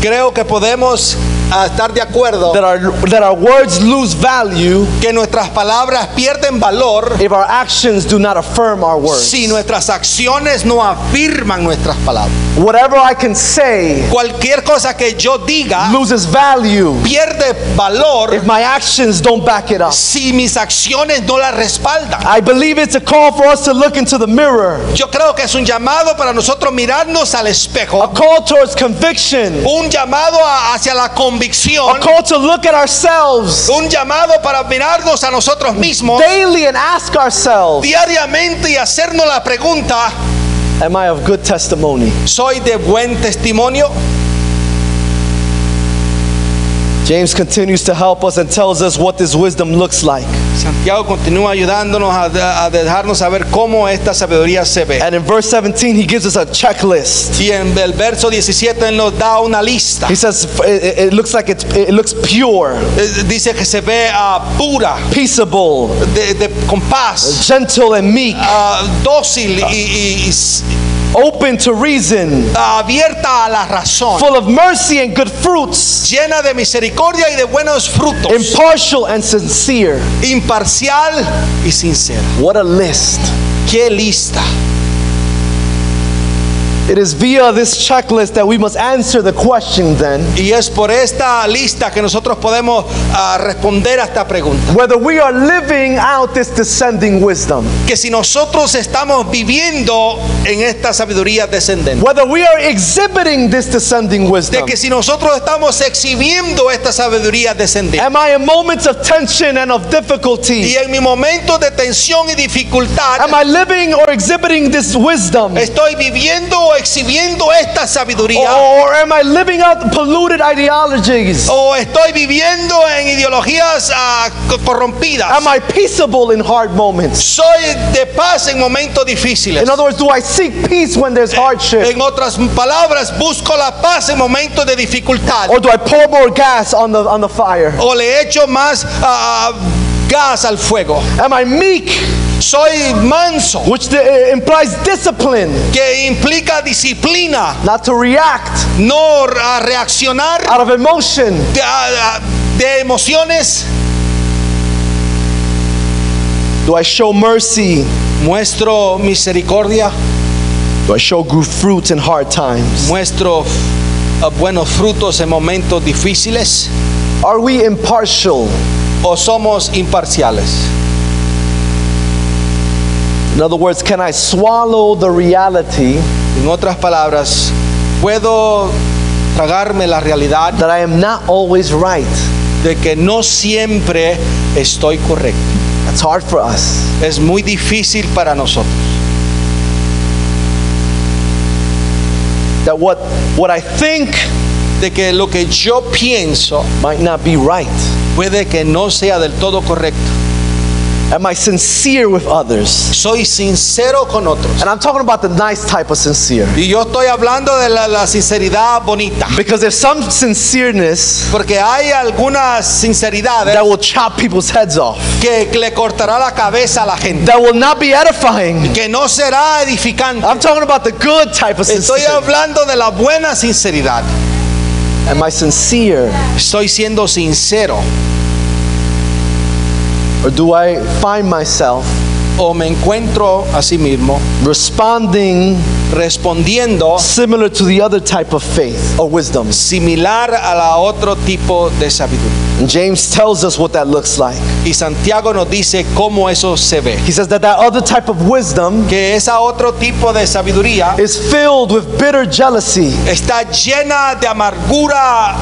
[SPEAKER 3] Creo que podemos ah, estar de acuerdo
[SPEAKER 2] that our that our words lose value
[SPEAKER 3] que nuestras palabras pierden valor
[SPEAKER 2] if our actions do not affirm our words.
[SPEAKER 3] si nuestras acciones no afirman nuestras palabras.
[SPEAKER 2] Whatever I can say
[SPEAKER 3] Cualquier cosa que yo diga
[SPEAKER 2] loses value
[SPEAKER 3] pierde valor
[SPEAKER 2] if my actions don't back it up.
[SPEAKER 3] si mis acciones no la respaldan.
[SPEAKER 2] I believe it's a call for us to look into the mirror,
[SPEAKER 3] Yo creo que es un llamado para nosotros mirarnos al
[SPEAKER 2] a
[SPEAKER 3] espejo,
[SPEAKER 2] call towards conviction,
[SPEAKER 3] un llamado a- hacia la
[SPEAKER 2] a
[SPEAKER 3] convicción,
[SPEAKER 2] call to look at ourselves
[SPEAKER 3] un llamado para mirarnos a nosotros mismos
[SPEAKER 2] daily and ask ourselves,
[SPEAKER 3] diariamente y hacernos la pregunta,
[SPEAKER 2] am I of good testimony?
[SPEAKER 3] ¿soy de buen testimonio?
[SPEAKER 2] James continues to help us and tells us what this wisdom looks like.
[SPEAKER 3] Santiago continúa ayudándonos a, de- a dejarnos saber cómo esta sabiduría se ve.
[SPEAKER 2] And in verse 17, he gives us a checklist.
[SPEAKER 3] Y en el verso 17 él nos da una lista.
[SPEAKER 2] He says f- it, it- it looks like it's, it looks pure,
[SPEAKER 3] Eh, Dice que se ve ah, pura,
[SPEAKER 2] peaceable,
[SPEAKER 3] de, de- con paz,
[SPEAKER 2] gentle and meek,
[SPEAKER 3] ah, dócil y, y- y s-
[SPEAKER 2] open to reason,
[SPEAKER 3] abierta a la razón,
[SPEAKER 2] full of mercy and good fruits,
[SPEAKER 3] llena de misericordia y de buenos frutos,
[SPEAKER 2] impartial and sincere.
[SPEAKER 3] imparcial y sincera.
[SPEAKER 2] What a list.
[SPEAKER 3] ¡Qué lista!
[SPEAKER 2] It is via this checklist that we must answer the question then
[SPEAKER 3] Y es por esta lista que nosotros podemos ah, responder a esta pregunta.
[SPEAKER 2] whether we are living out this descending wisdom,
[SPEAKER 3] Que si nosotros estamos viviendo en esta sabiduría descendente,
[SPEAKER 2] whether we are exhibiting this descending
[SPEAKER 3] de
[SPEAKER 2] wisdom.
[SPEAKER 3] que si nosotros estamos exhibiendo esta sabiduría descendente,
[SPEAKER 2] Am I in moments of tension and of difficulty?
[SPEAKER 3] y en mi momento de tensión y dificultad,
[SPEAKER 2] Am I living or exhibiting this wisdom?
[SPEAKER 3] estoy viviendo o exhibiendo esta
[SPEAKER 2] Or,
[SPEAKER 3] sabiduría.
[SPEAKER 2] or am I living out polluted ideologies?
[SPEAKER 3] o estoy viviendo en ideologías ah, co- corrompidas.
[SPEAKER 2] Am I peaceable in hard moments?
[SPEAKER 3] Soy de paz en momentos difíciles.
[SPEAKER 2] In other words, do I seek peace when there's hardship?
[SPEAKER 3] En otras palabras, busco la paz en momentos de dificultad.
[SPEAKER 2] Or do I pour more gas on the, on the fire?
[SPEAKER 3] O le echo más ah, gas al fuego.
[SPEAKER 2] Am I meek,
[SPEAKER 3] Soy manso,
[SPEAKER 2] which the, implies discipline,
[SPEAKER 3] que implica disciplina,
[SPEAKER 2] not to react
[SPEAKER 3] no a reaccionar
[SPEAKER 2] out of emotion?
[SPEAKER 3] de, ah, ah, de emociones.
[SPEAKER 2] Do I show mercy?
[SPEAKER 3] Muestro misericordia,
[SPEAKER 2] Do I show good fruits in hard times?
[SPEAKER 3] muestro uh, buenos frutos en momentos difíciles
[SPEAKER 2] Are we impartial?
[SPEAKER 3] o somos imparciales?
[SPEAKER 2] In other words, can I swallow the reality
[SPEAKER 3] En otras palabras, ¿puedo tragarme la realidad
[SPEAKER 2] that I am not always right?
[SPEAKER 3] de que no siempre estoy correcto?
[SPEAKER 2] That's hard for us.
[SPEAKER 3] Es muy difícil para nosotros.
[SPEAKER 2] That what, what I think
[SPEAKER 3] De que lo que yo pienso
[SPEAKER 2] might not be right.
[SPEAKER 3] puede que no sea del todo correcto.
[SPEAKER 2] Am I sincere with others?
[SPEAKER 3] Soy sincero con otros.
[SPEAKER 2] And I'm talking about the nice type of sincere.
[SPEAKER 3] Y yo estoy hablando de la, la sinceridad bonita.
[SPEAKER 2] Because there's some sincereness
[SPEAKER 3] Porque hay algunas sinceridades
[SPEAKER 2] that will chop people's heads off,
[SPEAKER 3] que le cortará la cabeza a la gente.
[SPEAKER 2] that will not be edifying.
[SPEAKER 3] Que no será edificante.
[SPEAKER 2] I'm talking about the good type of
[SPEAKER 3] Estoy
[SPEAKER 2] sincere.
[SPEAKER 3] hablando de la buena sinceridad.
[SPEAKER 2] Am I sincere?
[SPEAKER 3] Estoy siendo sincero.
[SPEAKER 2] Or do I find myself
[SPEAKER 3] O me encuentro a sí mismo
[SPEAKER 2] responding
[SPEAKER 3] respondiendo
[SPEAKER 2] similar to the other type of faith or wisdom?
[SPEAKER 3] similar a la otro tipo de sabiduría.
[SPEAKER 2] And James tells us what that looks like.
[SPEAKER 3] Y Santiago nos dice cómo eso se ve.
[SPEAKER 2] He says that that other type of wisdom
[SPEAKER 3] Que esa otro tipo de sabiduría
[SPEAKER 2] is filled with bitter jealousy,
[SPEAKER 3] está llena de amargura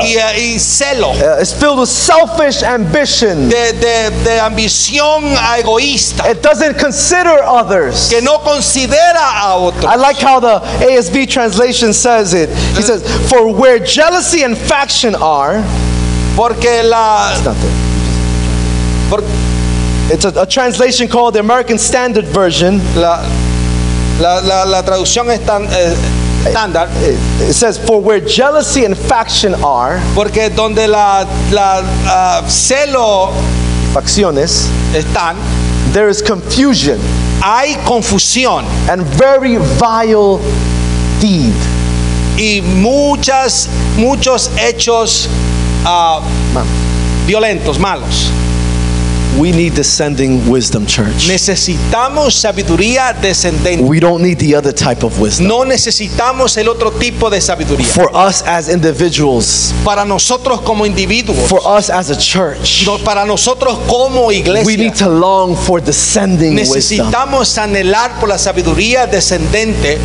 [SPEAKER 3] y, eh, y celo,
[SPEAKER 2] uh, it's filled with selfish ambition.
[SPEAKER 3] de, de- de ambición a egoísta,
[SPEAKER 2] It doesn't consider others.
[SPEAKER 3] que no considera a otro.
[SPEAKER 2] I like how the ASB translation says it. He says, For where jealousy and faction are,
[SPEAKER 3] Porque la...
[SPEAKER 2] it's not there.
[SPEAKER 3] por-
[SPEAKER 2] It's a, a translation called the American Standard Version.
[SPEAKER 3] la, la- la- la traducción es tan, eh, estándar,
[SPEAKER 2] It, it says, For where jealousy and faction are,
[SPEAKER 3] porque donde la, la ah, celo
[SPEAKER 2] facciones,
[SPEAKER 3] están,
[SPEAKER 2] there is confusion
[SPEAKER 3] hay confusión
[SPEAKER 2] and very vile deed.
[SPEAKER 3] y muchas, muchos hechos ah, violentos, malos.
[SPEAKER 2] We need descending wisdom, church.
[SPEAKER 3] Necesitamos sabiduría descendente.
[SPEAKER 2] We don't need the other type of wisdom.
[SPEAKER 3] No necesitamos el otro tipo de sabiduría.
[SPEAKER 2] For us as individuals,
[SPEAKER 3] Para nosotros como individuos,
[SPEAKER 2] for us as a church,
[SPEAKER 3] no- para nosotros como
[SPEAKER 2] we
[SPEAKER 3] iglesia,
[SPEAKER 2] need to long for descending wisdom.
[SPEAKER 3] necesitamos anhelar por la sabiduría descendente.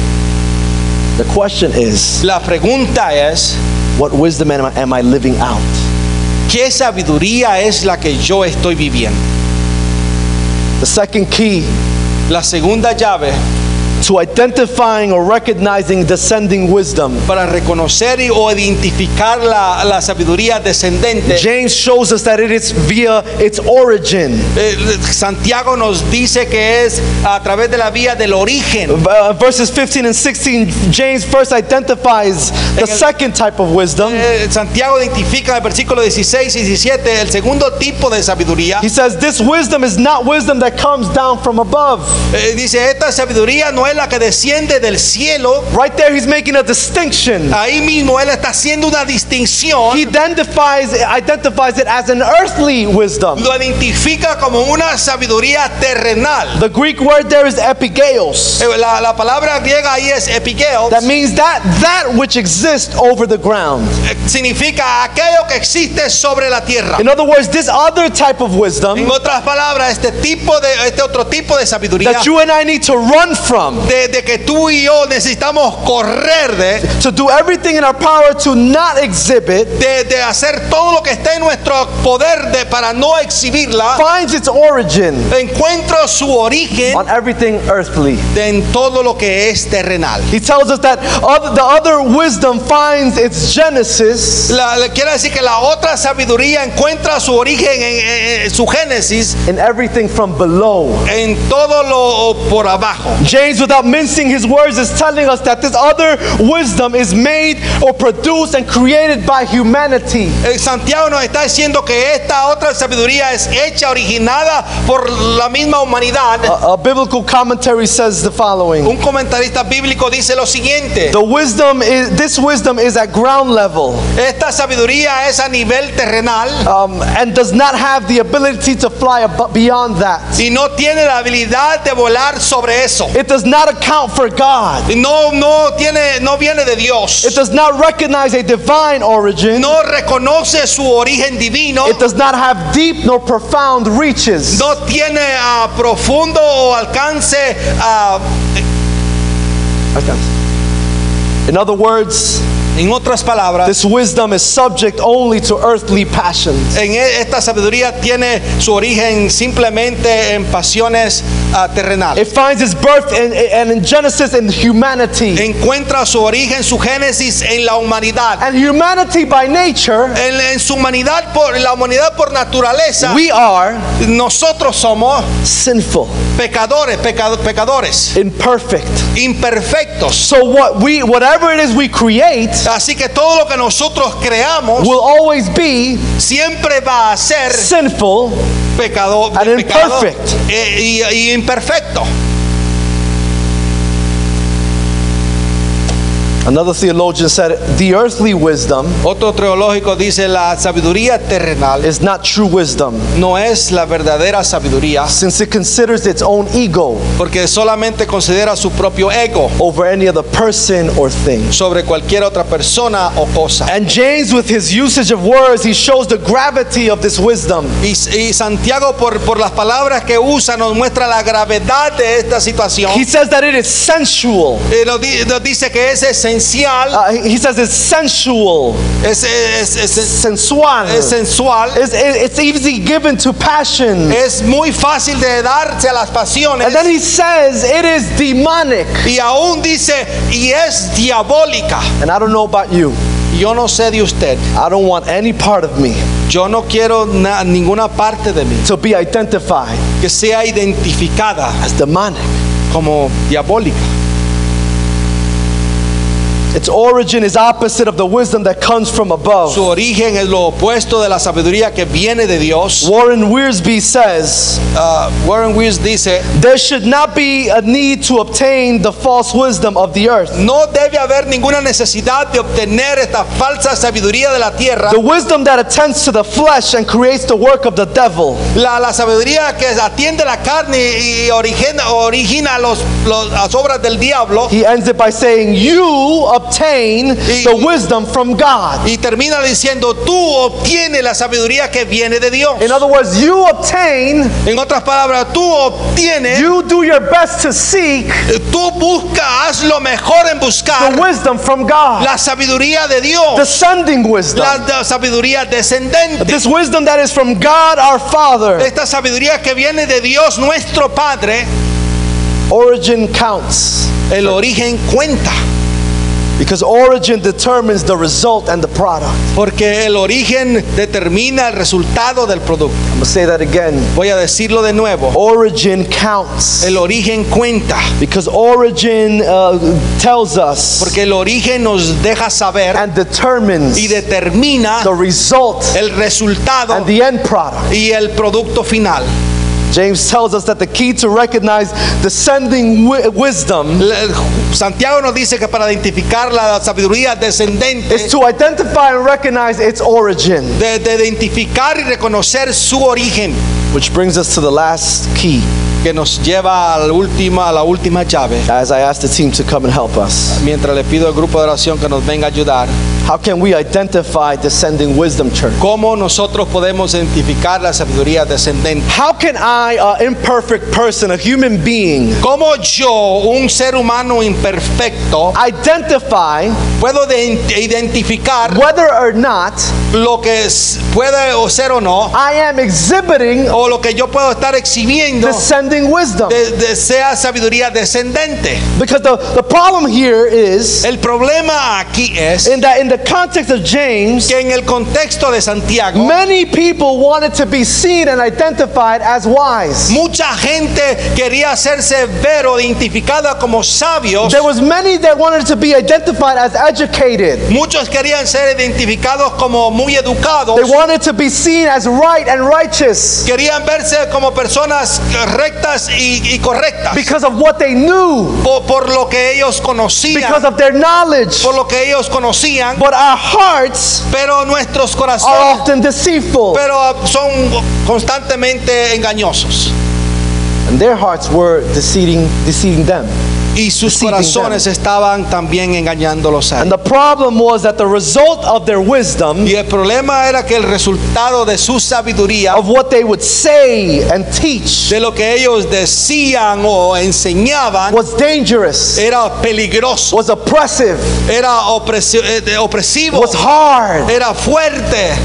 [SPEAKER 2] The question is,
[SPEAKER 3] La pregunta es,
[SPEAKER 2] what wisdom am I, am I living out?
[SPEAKER 3] ¿qué sabiduría es la que yo estoy viviendo?
[SPEAKER 2] The second key
[SPEAKER 3] La segunda llave
[SPEAKER 2] to identifying or recognizing descending wisdom,
[SPEAKER 3] para reconocer y- o identificar la, la sabiduría descendente.
[SPEAKER 2] James shows us that it is via its origin.
[SPEAKER 3] eh, Santiago nos dice que es a través de la vía del origen.
[SPEAKER 2] Uh, verses 15 and 16, James first identifies the second type of wisdom.
[SPEAKER 3] Eh, Santiago identifica en el versículo 16 y 17 el segundo tipo de sabiduría.
[SPEAKER 2] He says, This wisdom is not wisdom that comes down from above.
[SPEAKER 3] Eh, dice, esta sabiduría no es la que desciende del cielo.
[SPEAKER 2] Right there, he's making a distinction.
[SPEAKER 3] Ahí mismo él está haciendo una
[SPEAKER 2] He
[SPEAKER 3] distinción.
[SPEAKER 2] then defies, identifies it as an earthly wisdom.
[SPEAKER 3] Lo identifica como una sabiduría terrenal.
[SPEAKER 2] The Greek word there is epigeos.
[SPEAKER 3] Eh, La, la palabra griega ahí es epigeo.
[SPEAKER 2] That means that that which exists over the ground.
[SPEAKER 3] Eh, Significa aquello que existe sobre la tierra.
[SPEAKER 2] In other words, this other type of
[SPEAKER 3] En
[SPEAKER 2] wisdom
[SPEAKER 3] otras palabras, este tipo de este otro tipo de sabiduría
[SPEAKER 2] that you and I need to run from,
[SPEAKER 3] de, de que tú y yo necesitamos correr de
[SPEAKER 2] to do everything in our power to not exhibit,
[SPEAKER 3] de, de hacer todo lo que esté en nuestro poder de, para no exhibirla,
[SPEAKER 2] finds its origin
[SPEAKER 3] encuentro su origen
[SPEAKER 2] on everything earthly.
[SPEAKER 3] de en todo lo que es terrenal.
[SPEAKER 2] He tells us that other, the other wisdom finds its genesis
[SPEAKER 3] La, la- quiere decir que la otra sabiduría encuentra su origen, en, en- en su génesis,
[SPEAKER 2] in everything from below.
[SPEAKER 3] en todo lo por abajo.
[SPEAKER 2] James, without mincing his words, is telling us that this other wisdom is made or produced and created by humanity.
[SPEAKER 3] Eh, Santiago nos está diciendo que esta otra sabiduría es hecha, originada por la misma humanidad.
[SPEAKER 2] A, a biblical commentary says the following
[SPEAKER 3] Un comentarista bíblico dice lo siguiente.
[SPEAKER 2] The wisdom is this wisdom is at ground level
[SPEAKER 3] Esta sabiduría es a nivel terrenal.
[SPEAKER 2] um, and does not have the ability to fly abo- beyond that.
[SPEAKER 3] si no tiene la habilidad de volar sobre eso.
[SPEAKER 2] It does not not account for God.
[SPEAKER 3] Y no, no, tiene, no viene de Dios.
[SPEAKER 2] It does not recognize a divine origin.
[SPEAKER 3] No reconoce su origen divino.
[SPEAKER 2] It does not have deep nor profound reaches.
[SPEAKER 3] No tiene ah, profundo o alcance. ah,
[SPEAKER 2] In other words,
[SPEAKER 3] en otras palabras,
[SPEAKER 2] this wisdom is subject only to earthly passions.
[SPEAKER 3] en e- esta sabiduría tiene su origen simplemente en pasiones ah,
[SPEAKER 2] It
[SPEAKER 3] terrenales.
[SPEAKER 2] finds its birth in, and in Genesis in humanity.
[SPEAKER 3] Encuentra su origen, su génesis en la humanidad.
[SPEAKER 2] And humanity by nature,
[SPEAKER 3] En, en su humanidad, por la humanidad por naturaleza,
[SPEAKER 2] we are
[SPEAKER 3] nosotros somos
[SPEAKER 2] sinful,
[SPEAKER 3] pecadores, peca- pecadores,
[SPEAKER 2] imperfect.
[SPEAKER 3] imperfectos.
[SPEAKER 2] So what we whatever it is we create
[SPEAKER 3] Así que todo lo que nosotros creamos
[SPEAKER 2] will always be
[SPEAKER 3] siempre va a ser
[SPEAKER 2] sinful
[SPEAKER 3] pecado,
[SPEAKER 2] And
[SPEAKER 3] pecado,
[SPEAKER 2] imperfect.
[SPEAKER 3] eh, y, y imperfecto.
[SPEAKER 2] Another theologian said, The earthly wisdom
[SPEAKER 3] Otro teológico dice la sabiduría terrenal
[SPEAKER 2] is not true wisdom,
[SPEAKER 3] no es la verdadera sabiduría
[SPEAKER 2] since it considers its own ego
[SPEAKER 3] porque solamente considera su propio ego
[SPEAKER 2] over any other person or thing.
[SPEAKER 3] sobre cualquier otra persona o cosa.
[SPEAKER 2] And James, with his usage of words, he shows the gravity of this wisdom.
[SPEAKER 3] Y, y Santiago por, por las palabras que usa nos muestra la gravedad de esta situación.
[SPEAKER 2] He says that it is sensual.
[SPEAKER 3] Eh, nos, di- nos dice que es
[SPEAKER 2] Uh,
[SPEAKER 3] esencial,
[SPEAKER 2] he he says it's sensual,
[SPEAKER 3] es, es- es- es-
[SPEAKER 2] sensual.
[SPEAKER 3] es
[SPEAKER 2] It's,
[SPEAKER 3] sensual,
[SPEAKER 2] it's, it's easy given to passion.
[SPEAKER 3] es muy fácil de darse a las pasiones.
[SPEAKER 2] And then he says it is demonic.
[SPEAKER 3] Y aún dice, y es diabólica.
[SPEAKER 2] And I don't know about you.
[SPEAKER 3] Yo no sé de usted.
[SPEAKER 2] I don't want any part of me
[SPEAKER 3] Yo no quiero na- ninguna parte de mí
[SPEAKER 2] to be identified
[SPEAKER 3] que sea identificada
[SPEAKER 2] as demonic.
[SPEAKER 3] como diabólica.
[SPEAKER 2] Its origin is opposite of the wisdom that comes from above.
[SPEAKER 3] Su origen es lo opuesto de la sabiduría que viene de Dios.
[SPEAKER 2] Warren Wiersbe says
[SPEAKER 3] Ah, Warren Wills dice,
[SPEAKER 2] there should not be a need to obtain the false wisdom of the earth.
[SPEAKER 3] no debe haber ninguna necesidad de obtener esta falsa sabiduría de la tierra.
[SPEAKER 2] The wisdom that attends to the flesh and creates the work of the devil.
[SPEAKER 3] La, la sabiduría que atiende la carne y origina, origina los, los- las obras del diablo.
[SPEAKER 2] He ends it by saying, You obtain the wisdom from God.
[SPEAKER 3] Y termina diciendo, tú obtienes la sabiduría que viene de Dios.
[SPEAKER 2] In other words, you obtain,
[SPEAKER 3] En otras palabras, tú obtienes,
[SPEAKER 2] you do your best to seek
[SPEAKER 3] eh, tú busca, haz lo mejor en
[SPEAKER 2] the
[SPEAKER 3] buscar
[SPEAKER 2] wisdom from God,
[SPEAKER 3] la sabiduría de Dios,
[SPEAKER 2] descending wisdom.
[SPEAKER 3] la, la sabiduría descendente.
[SPEAKER 2] This wisdom that is from God our Father.
[SPEAKER 3] Esta sabiduría que viene de Dios nuestro Padre,
[SPEAKER 2] Origin counts.
[SPEAKER 3] el origen cuenta,
[SPEAKER 2] Because origin determines the result and the product.
[SPEAKER 3] porque el origen determina el resultado del producto.
[SPEAKER 2] I'm going to say that again.
[SPEAKER 3] Voy a decirlo de nuevo,
[SPEAKER 2] Origin counts.
[SPEAKER 3] el origen cuenta,
[SPEAKER 2] Because origin uh, tells us
[SPEAKER 3] porque el origen nos deja saber
[SPEAKER 2] and determines
[SPEAKER 3] y determina
[SPEAKER 2] the result
[SPEAKER 3] el resultado
[SPEAKER 2] and the end product.
[SPEAKER 3] y el producto final.
[SPEAKER 2] James tells us that the key to recognize descending wi- wisdom
[SPEAKER 3] Le- Santiago nos dice que para identificar la sabiduría
[SPEAKER 2] is
[SPEAKER 3] descendente,
[SPEAKER 2] to identify and recognize its origin.
[SPEAKER 3] de, de identificar y reconocer su origen,
[SPEAKER 2] Which brings us to the last key
[SPEAKER 3] que nos lleva a la última, a la última llave.
[SPEAKER 2] as I ask the team to come and help us.
[SPEAKER 3] Mientras le pido al grupo de oración que nos venga a ayudar,
[SPEAKER 2] How can we identify descending wisdom, church?
[SPEAKER 3] cómo nosotros podemos identificar la sabiduría descendente.
[SPEAKER 2] How can I, an imperfect person, a human being,
[SPEAKER 3] ¿Cómo yo, un ser humano imperfecto,
[SPEAKER 2] identify
[SPEAKER 3] puedo de- identificar
[SPEAKER 2] whether or not
[SPEAKER 3] lo que es- puede o ser o no,
[SPEAKER 2] I am exhibiting
[SPEAKER 3] o lo que yo puedo estar exhibiendo,
[SPEAKER 2] descending wisdom?
[SPEAKER 3] de- de- sea sabiduría descendente?
[SPEAKER 2] Because the, the problem here is
[SPEAKER 3] El problema aquí es
[SPEAKER 2] in that in the context of James,
[SPEAKER 3] que en el contexto de Santiago,
[SPEAKER 2] many people wanted to be seen and identified as wise.
[SPEAKER 3] mucha gente quería hacerse ver o identificada como sabios.
[SPEAKER 2] There was many that wanted to be identified as educated.
[SPEAKER 3] Muchos querían ser identificados como muy educados.
[SPEAKER 2] They wanted to be seen as right and righteous
[SPEAKER 3] Querían verse como personas rectas y, y correctas
[SPEAKER 2] because of what they knew,
[SPEAKER 3] po- por, lo que ellos
[SPEAKER 2] because
[SPEAKER 3] conocían,
[SPEAKER 2] of their knowledge.
[SPEAKER 3] por lo que ellos conocían,
[SPEAKER 2] But our hearts
[SPEAKER 3] pero nuestros
[SPEAKER 2] are
[SPEAKER 3] corazones
[SPEAKER 2] often deceitful.
[SPEAKER 3] pero ah, son constantemente engañosos.
[SPEAKER 2] And their hearts were deceiving, deceiving them.
[SPEAKER 3] y sus
[SPEAKER 2] deceiving
[SPEAKER 3] corazones
[SPEAKER 2] them.
[SPEAKER 3] estaban también engañándolos a
[SPEAKER 2] And
[SPEAKER 3] ellos.
[SPEAKER 2] the problem was that the result of their wisdom,
[SPEAKER 3] Y el problema era que el resultado de su sabiduría,
[SPEAKER 2] of what they would say and teach,
[SPEAKER 3] de lo que ellos decían o enseñaban,
[SPEAKER 2] was dangerous,
[SPEAKER 3] era peligroso,
[SPEAKER 2] was oppressive,
[SPEAKER 3] era opresi- eh, opresivo,
[SPEAKER 2] was hard.
[SPEAKER 3] era fuerte.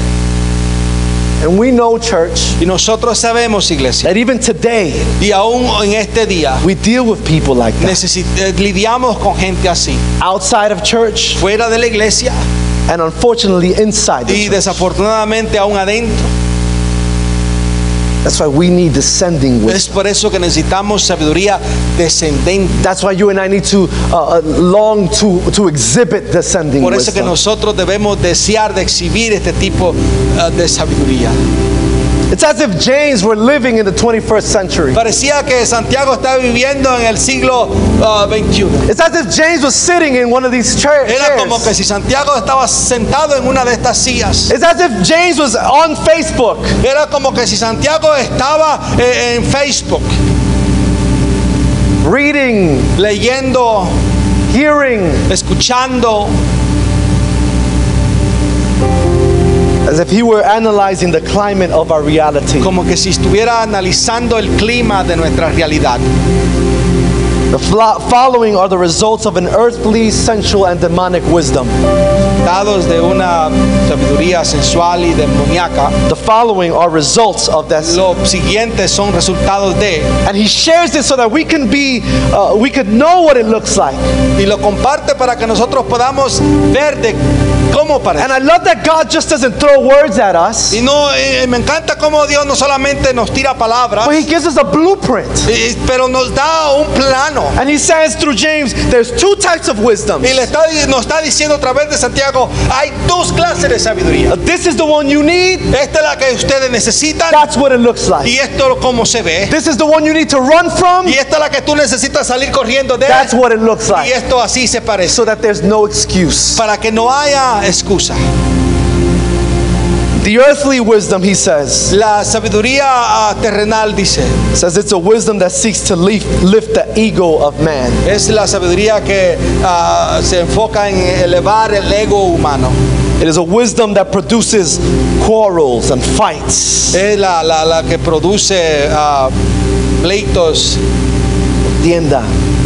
[SPEAKER 2] And we know, church,
[SPEAKER 3] Y nosotros sabemos, iglesia,
[SPEAKER 2] that even today
[SPEAKER 3] y aún en este día
[SPEAKER 2] we deal with people like that
[SPEAKER 3] necesi- eh, lidiamos con gente así,
[SPEAKER 2] outside of church
[SPEAKER 3] fuera de la iglesia
[SPEAKER 2] and unfortunately inside
[SPEAKER 3] y
[SPEAKER 2] the church.
[SPEAKER 3] desafortunadamente aún adentro.
[SPEAKER 2] That's why we need descending
[SPEAKER 3] Es
[SPEAKER 2] wisdom.
[SPEAKER 3] por eso que necesitamos sabiduría descendente.
[SPEAKER 2] That's why you and I need to uh, uh, long to, to exhibit descending
[SPEAKER 3] Por eso que
[SPEAKER 2] wisdom.
[SPEAKER 3] nosotros debemos desear de exhibir este tipo eh, de sabiduría.
[SPEAKER 2] It's as if James were living in the 21st century.
[SPEAKER 3] Parecía que Santiago estaba viviendo en el siglo ah, XXI.
[SPEAKER 2] It's as if James was sitting in one of these chair-
[SPEAKER 3] Era como que
[SPEAKER 2] chairs.
[SPEAKER 3] si Santiago estaba sentado en una de estas sillas.
[SPEAKER 2] It's as if James was on Facebook.
[SPEAKER 3] Era como que si Santiago estaba eh, en Facebook
[SPEAKER 2] reading,
[SPEAKER 3] leyendo,
[SPEAKER 2] hearing,
[SPEAKER 3] escuchando,
[SPEAKER 2] as if he were analyzing the climate of our reality.
[SPEAKER 3] como que si estuviera analizando el clima de nuestra realidad.
[SPEAKER 2] The flo- following are the results of an earthly, sensual, and demonic wisdom.
[SPEAKER 3] Dados de una sabiduría sensual y demoníaca.
[SPEAKER 2] The following are results of that.
[SPEAKER 3] Los siguientes son resultados de
[SPEAKER 2] And he shares this so that we can be, uh, we could know what it looks like.
[SPEAKER 3] y lo comparte para que nosotros podamos ver de cómo
[SPEAKER 2] And
[SPEAKER 3] parece.
[SPEAKER 2] I love that God just doesn't throw words at us,
[SPEAKER 3] Y no, eh, me encanta cómo Dios no solamente nos tira palabras,
[SPEAKER 2] but he gives us a blueprint.
[SPEAKER 3] eh, pero nos da un plano.
[SPEAKER 2] And he says through James, there's two types of wisdom.
[SPEAKER 3] Y le está, nos está diciendo a través de Santiago, hay dos clases de sabiduría.
[SPEAKER 2] This is the one you need.
[SPEAKER 3] Esta es la que ustedes necesitan
[SPEAKER 2] That's what it looks like.
[SPEAKER 3] y esto es como se ve.
[SPEAKER 2] This is the one you need to run from.
[SPEAKER 3] Y esta es la que tú necesitas salir corriendo de.
[SPEAKER 2] That's what it looks
[SPEAKER 3] Y
[SPEAKER 2] like.
[SPEAKER 3] esto así se parece.
[SPEAKER 2] So that there's no excuse.
[SPEAKER 3] Para que no haya excusa.
[SPEAKER 2] The earthly wisdom, he says,
[SPEAKER 3] La sabiduría ah, terrenal dice,
[SPEAKER 2] says it's a wisdom that seeks to lift, lift the ego of man.
[SPEAKER 3] Es la sabiduría que ah, se enfoca en elevar el ego humano.
[SPEAKER 2] It is a wisdom that produces quarrels and fights.
[SPEAKER 3] Es la, la- la que produce ah, pleitos,
[SPEAKER 2] Tienda,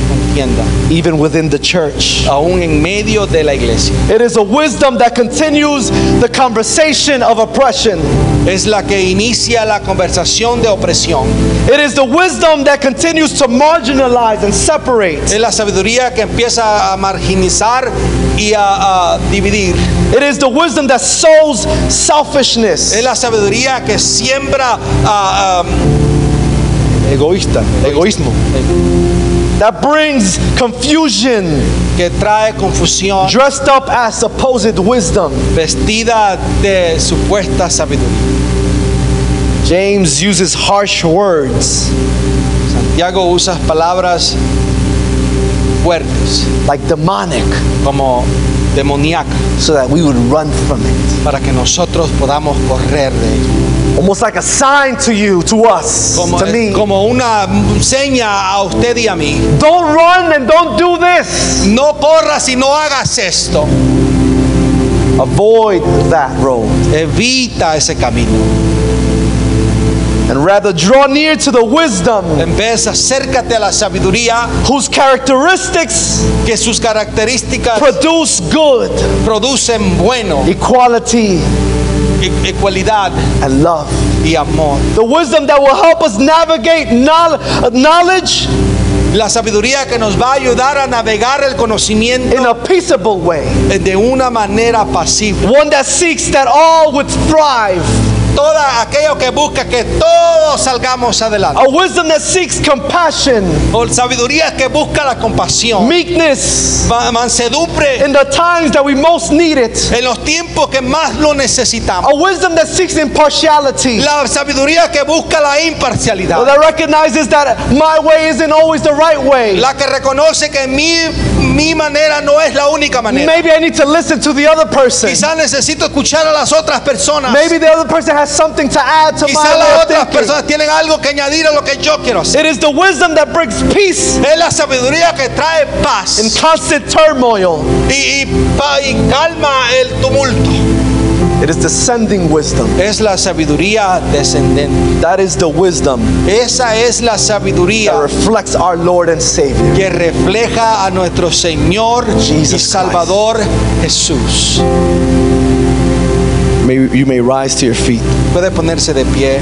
[SPEAKER 3] entienda,
[SPEAKER 2] even within the church.
[SPEAKER 3] aún en medio de la iglesia.
[SPEAKER 2] It is a wisdom that continues the conversation of oppression.
[SPEAKER 3] Es la que inicia la conversación de opresión.
[SPEAKER 2] It is the wisdom that continues to marginalize and separate.
[SPEAKER 3] Es la sabiduría que empieza a marginizar y a, a dividir.
[SPEAKER 2] It is the wisdom that sows selfishness.
[SPEAKER 3] Es la sabiduría que siembra ah, ah,
[SPEAKER 2] Egoísta. Egoísmo. That brings confusion
[SPEAKER 3] que trae confusión
[SPEAKER 2] dressed up as supposed wisdom.
[SPEAKER 3] vestida de supuesta sabiduría.
[SPEAKER 2] James uses harsh words
[SPEAKER 3] Santiago usa palabras fuertes
[SPEAKER 2] like demonic
[SPEAKER 3] como demoníaca
[SPEAKER 2] so that we would run from it.
[SPEAKER 3] para que nosotros podamos correr de ello.
[SPEAKER 2] Almost like a sign to you, to us,
[SPEAKER 3] Como,
[SPEAKER 2] to
[SPEAKER 3] eh,
[SPEAKER 2] me.
[SPEAKER 3] como una seña a usted y a mí.
[SPEAKER 2] Don't run and don't do this.
[SPEAKER 3] No corras y no hagas esto.
[SPEAKER 2] Avoid that road.
[SPEAKER 3] Evita ese camino.
[SPEAKER 2] And rather draw near to the wisdom
[SPEAKER 3] En vez, acércate a la sabiduría
[SPEAKER 2] whose characteristics
[SPEAKER 3] que sus características
[SPEAKER 2] produce good,
[SPEAKER 3] producen bueno,
[SPEAKER 2] equality,
[SPEAKER 3] e- equalidad
[SPEAKER 2] and love.
[SPEAKER 3] y amor.
[SPEAKER 2] The wisdom that will help us navigate knowl- knowledge
[SPEAKER 3] La sabiduría que nos va a ayudar a navegar el conocimiento
[SPEAKER 2] in a peaceable way.
[SPEAKER 3] de una manera pasiva.
[SPEAKER 2] One that seeks that all would thrive.
[SPEAKER 3] Toda aquello que busca que todos salgamos adelante.
[SPEAKER 2] A wisdom that seeks compassion,
[SPEAKER 3] O sabiduría que busca la compasión.
[SPEAKER 2] meekness
[SPEAKER 3] Ma- Mansedumbre
[SPEAKER 2] in the times that we most need it.
[SPEAKER 3] en los tiempos que más lo necesitamos.
[SPEAKER 2] A wisdom that seeks impartiality,
[SPEAKER 3] La sabiduría que busca la
[SPEAKER 2] or
[SPEAKER 3] imparcialidad.
[SPEAKER 2] that recognizes that my way isn't always the right way.
[SPEAKER 3] La que reconoce que mi, mi manera no es la única manera.
[SPEAKER 2] Maybe I need to listen to the other person.
[SPEAKER 3] Quizás necesito escuchar a las otras personas.
[SPEAKER 2] Maybe the other person has something to add to
[SPEAKER 3] Quizá
[SPEAKER 2] my
[SPEAKER 3] las
[SPEAKER 2] way
[SPEAKER 3] otras
[SPEAKER 2] of thinking.
[SPEAKER 3] personas tienen algo que añadir a lo que yo quiero hacer.
[SPEAKER 2] It is the wisdom that brings peace
[SPEAKER 3] Es la sabiduría que trae paz
[SPEAKER 2] in constant turmoil.
[SPEAKER 3] y, y pa- y calma el tumulto.
[SPEAKER 2] It is descending wisdom.
[SPEAKER 3] Es la sabiduría descendente.
[SPEAKER 2] That is the wisdom
[SPEAKER 3] Esa es la
[SPEAKER 2] that
[SPEAKER 3] sabiduría
[SPEAKER 2] reflects our Lord and Savior.
[SPEAKER 3] que refleja a nuestro Señor y
[SPEAKER 2] Jesus
[SPEAKER 3] Salvador Jesús.
[SPEAKER 2] May, you may rise to your feet.
[SPEAKER 3] Puede ponerse de pie.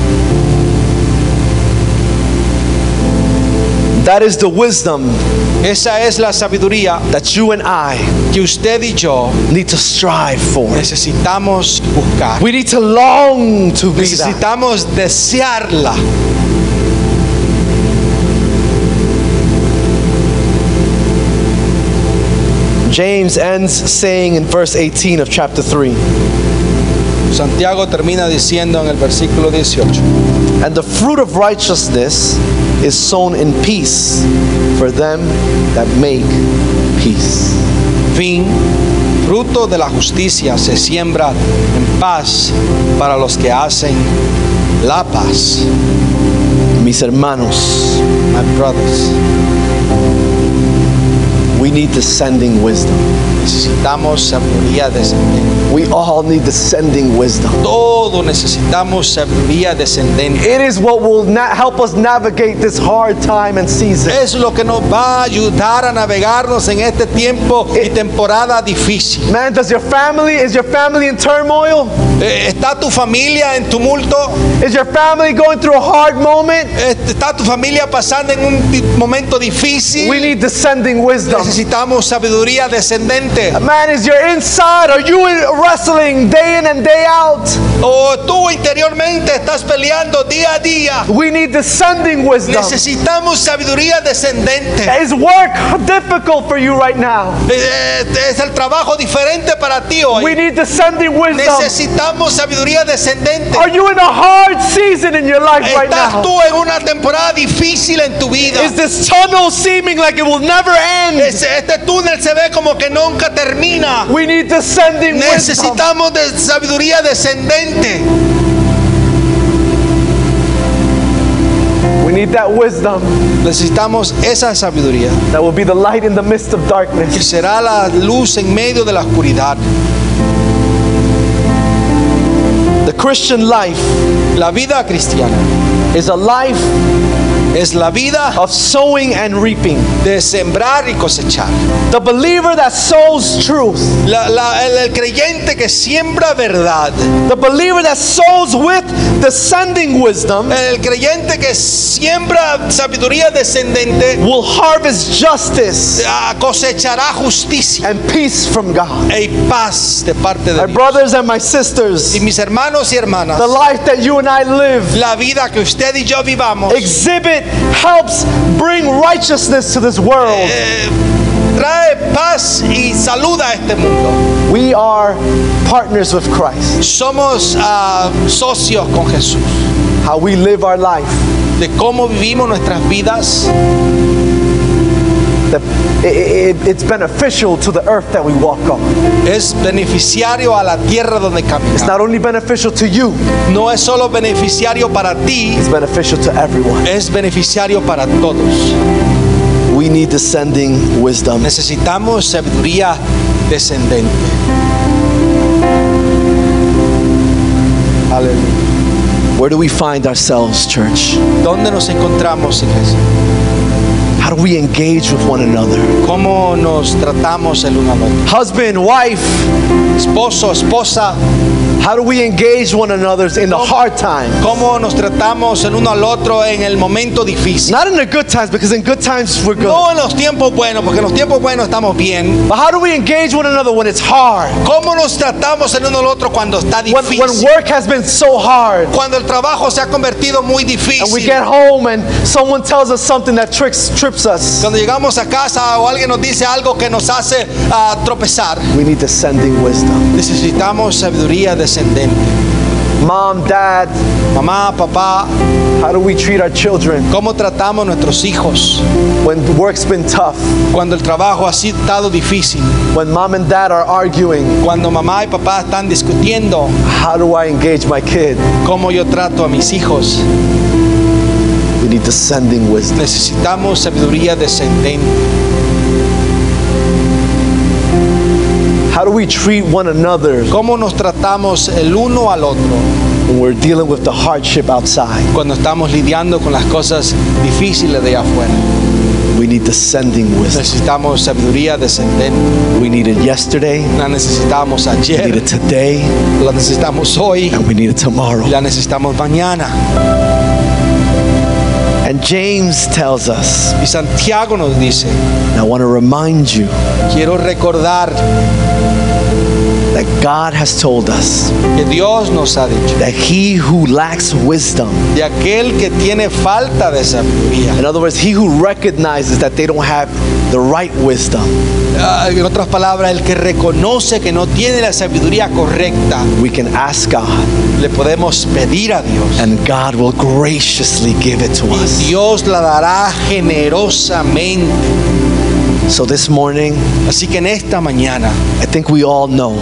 [SPEAKER 2] That is the wisdom
[SPEAKER 3] Esa es la sabiduría
[SPEAKER 2] that you and I
[SPEAKER 3] que usted y yo
[SPEAKER 2] need to strive for.
[SPEAKER 3] necesitamos buscar.
[SPEAKER 2] We need to long to be that.
[SPEAKER 3] Necesitamos desearla.
[SPEAKER 2] James ends saying in verse 18 of chapter 3
[SPEAKER 3] Santiago termina diciendo en el versículo 18.
[SPEAKER 2] And the fruit of righteousness is sown in peace for them that make peace.
[SPEAKER 3] fin, fruto de la justicia se siembra en paz para los que hacen la paz.
[SPEAKER 2] Mis hermanos,
[SPEAKER 3] My brothers,
[SPEAKER 2] we need descending wisdom.
[SPEAKER 3] necesitamos sabiduría descendente.
[SPEAKER 2] We all need descending wisdom.
[SPEAKER 3] Todo necesitamos sabiduría descendente.
[SPEAKER 2] It is what will na- help us navigate this hard time and season.
[SPEAKER 3] Es lo que nos va a ayudar a navegarnos en este tiempo y temporada difícil.
[SPEAKER 2] Man, does your family, is your family in turmoil?
[SPEAKER 3] Eh, ¿Está tu familia en tumulto?
[SPEAKER 2] Is your family going through a hard moment?
[SPEAKER 3] Eh, ¿Está tu familia pasando en un di- momento
[SPEAKER 2] We
[SPEAKER 3] difícil?
[SPEAKER 2] need descending wisdom.
[SPEAKER 3] Necesitamos sabiduría descendente.
[SPEAKER 2] Man, is your inside? Are you in- wrestling day in and day out?
[SPEAKER 3] O tú interiormente estás peleando día a día.
[SPEAKER 2] We need descending wisdom.
[SPEAKER 3] Necesitamos sabiduría descendente.
[SPEAKER 2] Is work difficult for you right now?
[SPEAKER 3] Eh, Es el trabajo diferente para ti
[SPEAKER 2] We
[SPEAKER 3] hoy.
[SPEAKER 2] need descending wisdom.
[SPEAKER 3] Necesitamos sabiduría descendente.
[SPEAKER 2] Are you in a hard season in your life right
[SPEAKER 3] Estás
[SPEAKER 2] now?
[SPEAKER 3] tú en una temporada difícil en tu vida.
[SPEAKER 2] Is this tunnel seeming like it will never end?
[SPEAKER 3] Es- Este túnel se ve como que nunca termina.
[SPEAKER 2] We need descending wisdom.
[SPEAKER 3] Necesitamos de sabiduría descendente.
[SPEAKER 2] We need that wisdom
[SPEAKER 3] Necesitamos esa sabiduría
[SPEAKER 2] that will be the light in the midst of
[SPEAKER 3] que
[SPEAKER 2] darkness.
[SPEAKER 3] será la luz en medio de la oscuridad.
[SPEAKER 2] The Christian life
[SPEAKER 3] La vida cristiana
[SPEAKER 2] is a life
[SPEAKER 3] es la vida
[SPEAKER 2] of sowing and reaping.
[SPEAKER 3] de sembrar y cosechar.
[SPEAKER 2] The believer that sows truth
[SPEAKER 3] La- la- el, el creyente que siembra verdad,
[SPEAKER 2] The believer that sows with descending wisdom
[SPEAKER 3] el creyente que siembra sabiduría descendente,
[SPEAKER 2] will harvest justice
[SPEAKER 3] ah, cosechará justicia
[SPEAKER 2] and peace from God.
[SPEAKER 3] y paz de parte de
[SPEAKER 2] My
[SPEAKER 3] Dios.
[SPEAKER 2] brothers and my
[SPEAKER 3] Y
[SPEAKER 2] sisters,
[SPEAKER 3] mis hermanos y hermanas,
[SPEAKER 2] the life that you and I live,
[SPEAKER 3] la vida que usted y yo vivamos
[SPEAKER 2] exhibit, helps bring righteousness to this world.
[SPEAKER 3] eh, trae paz y salud a este mundo.
[SPEAKER 2] We are partners with Christ.
[SPEAKER 3] Somos ah, socios con Jesús.
[SPEAKER 2] How we live our life
[SPEAKER 3] De cómo vivimos nuestras vidas
[SPEAKER 2] that it, it, it's beneficial to the earth that we walk on.
[SPEAKER 3] es beneficiario a la tierra donde
[SPEAKER 2] It's
[SPEAKER 3] caminamos.
[SPEAKER 2] not only beneficial to you,
[SPEAKER 3] No es solo beneficiario para ti,
[SPEAKER 2] it's beneficial to everyone.
[SPEAKER 3] es beneficiario para todos.
[SPEAKER 2] We need descending wisdom.
[SPEAKER 3] Necesitamos sabiduría descendente. Aleluya.
[SPEAKER 2] Where do we find ourselves, church?
[SPEAKER 3] ¿Dónde nos encontramos, iglesia?
[SPEAKER 2] How do we engage with one another?
[SPEAKER 3] ¿Cómo nos tratamos el uno al otro?
[SPEAKER 2] Husband, wife,
[SPEAKER 3] Esposo, esposa,
[SPEAKER 2] how do we engage one another in the hard times?
[SPEAKER 3] ¿cómo nos tratamos el uno al otro en el momento difícil?
[SPEAKER 2] Not in the good times, because in good times we're good.
[SPEAKER 3] No en los tiempos buenos, porque en los tiempos buenos estamos bien.
[SPEAKER 2] But how do we engage one another when it's hard?
[SPEAKER 3] ¿Cómo nos tratamos el uno al otro cuando está
[SPEAKER 2] When, when
[SPEAKER 3] difícil?
[SPEAKER 2] work has been so hard
[SPEAKER 3] Cuando el trabajo se ha convertido muy
[SPEAKER 2] and we
[SPEAKER 3] difícil.
[SPEAKER 2] get home and someone tells us something that tricks, trips us.
[SPEAKER 3] Cuando llegamos a casa o alguien nos dice algo que nos hace ah, tropezar,
[SPEAKER 2] We need descending wisdom.
[SPEAKER 3] necesitamos sabiduría descendente.
[SPEAKER 2] Mom, dad,
[SPEAKER 3] Mamá, papá,
[SPEAKER 2] how do we treat our children
[SPEAKER 3] ¿cómo tratamos a nuestros hijos?
[SPEAKER 2] when work's been tough?
[SPEAKER 3] Cuando el trabajo ha sido estado difícil,
[SPEAKER 2] When mom and dad are arguing,
[SPEAKER 3] cuando mamá y papá están discutiendo
[SPEAKER 2] how do I engage my kid?
[SPEAKER 3] cómo yo trato a mis hijos,
[SPEAKER 2] We need descending wisdom.
[SPEAKER 3] necesitamos sabiduría descendente.
[SPEAKER 2] How do we treat one another
[SPEAKER 3] ¿Cómo nos tratamos el uno al otro
[SPEAKER 2] when we're dealing with the hardship outside?
[SPEAKER 3] cuando estamos lidiando con las cosas difíciles de allá afuera?
[SPEAKER 2] We need descending wisdom.
[SPEAKER 3] Necesitamos sabiduría descendente.
[SPEAKER 2] We need it yesterday,
[SPEAKER 3] La necesitamos
[SPEAKER 2] we need
[SPEAKER 3] ayer,
[SPEAKER 2] it today,
[SPEAKER 3] la necesitamos hoy
[SPEAKER 2] and we need it tomorrow.
[SPEAKER 3] y la necesitamos mañana.
[SPEAKER 2] And James tells us,
[SPEAKER 3] Y Santiago nos dice,
[SPEAKER 2] and I want to remind you
[SPEAKER 3] quiero recordar
[SPEAKER 2] that God has told us
[SPEAKER 3] que Dios nos ha dicho,
[SPEAKER 2] that he who lacks wisdom,
[SPEAKER 3] de aquel que tiene falta de sabiduría,
[SPEAKER 2] in other words, he who recognizes that they don't have the right wisdom,
[SPEAKER 3] ah, en otras palabras, el que reconoce que no tiene la sabiduría correcta,
[SPEAKER 2] we can ask God,
[SPEAKER 3] le podemos pedir a Dios.
[SPEAKER 2] and God will graciously give it to us.
[SPEAKER 3] Dios la dará generosamente.
[SPEAKER 2] So this morning,
[SPEAKER 3] Así que en esta mañana,
[SPEAKER 2] I think we all know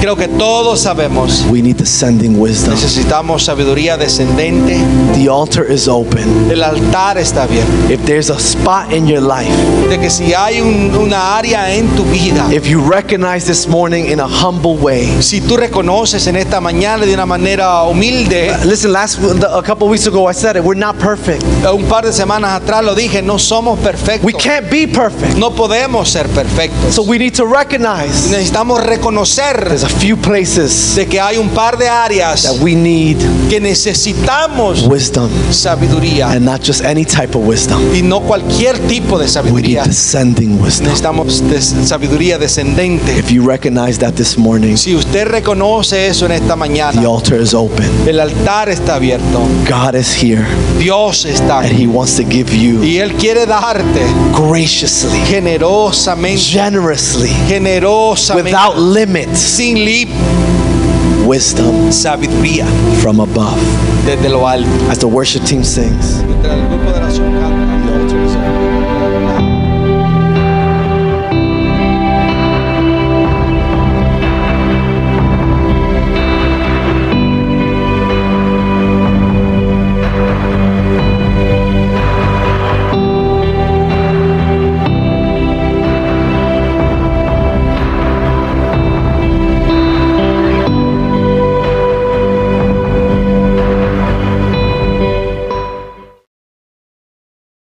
[SPEAKER 3] creo que todos sabemos,
[SPEAKER 2] we need descending wisdom.
[SPEAKER 3] necesitamos sabiduría descendente.
[SPEAKER 2] The altar is open.
[SPEAKER 3] El altar está abierto.
[SPEAKER 2] If there's a spot in your life,
[SPEAKER 3] De que si hay un- una área en tu vida,
[SPEAKER 2] if you recognize this morning in a humble way,
[SPEAKER 3] si tú reconoces en esta mañana de una manera humilde,
[SPEAKER 2] listen. Last a couple weeks ago, I said it. We're not perfect.
[SPEAKER 3] un par de semanas atrás lo dije, no somos
[SPEAKER 2] We
[SPEAKER 3] perfectos.
[SPEAKER 2] can't be perfect.
[SPEAKER 3] No podemos ser perfectos.
[SPEAKER 2] So we need to recognize
[SPEAKER 3] Necesitamos reconocer
[SPEAKER 2] there's a few places
[SPEAKER 3] de que hay un par de áreas
[SPEAKER 2] that we need
[SPEAKER 3] que necesitamos
[SPEAKER 2] wisdom,
[SPEAKER 3] sabiduría.
[SPEAKER 2] and not just any type of wisdom.
[SPEAKER 3] y no cualquier tipo
[SPEAKER 2] We
[SPEAKER 3] de
[SPEAKER 2] need
[SPEAKER 3] sabiduría.
[SPEAKER 2] descending wisdom.
[SPEAKER 3] Necesitamos des- sabiduría descendente.
[SPEAKER 2] If you recognize that this morning,
[SPEAKER 3] Si usted reconoce eso en esta
[SPEAKER 2] the
[SPEAKER 3] mañana,
[SPEAKER 2] altar is open.
[SPEAKER 3] el altar está abierto.
[SPEAKER 2] God is here,
[SPEAKER 3] Dios está
[SPEAKER 2] and
[SPEAKER 3] aquí.
[SPEAKER 2] He wants to give you
[SPEAKER 3] Y Él quiere darte
[SPEAKER 2] graciously,
[SPEAKER 3] generosamente,
[SPEAKER 2] generously,
[SPEAKER 3] generosamente,
[SPEAKER 2] without limits,
[SPEAKER 3] sin lip,
[SPEAKER 2] wisdom
[SPEAKER 3] sabiduría
[SPEAKER 2] from above.
[SPEAKER 3] desde lo alto.
[SPEAKER 2] As the worship team sings.
[SPEAKER 3] Mientras el grupo de la-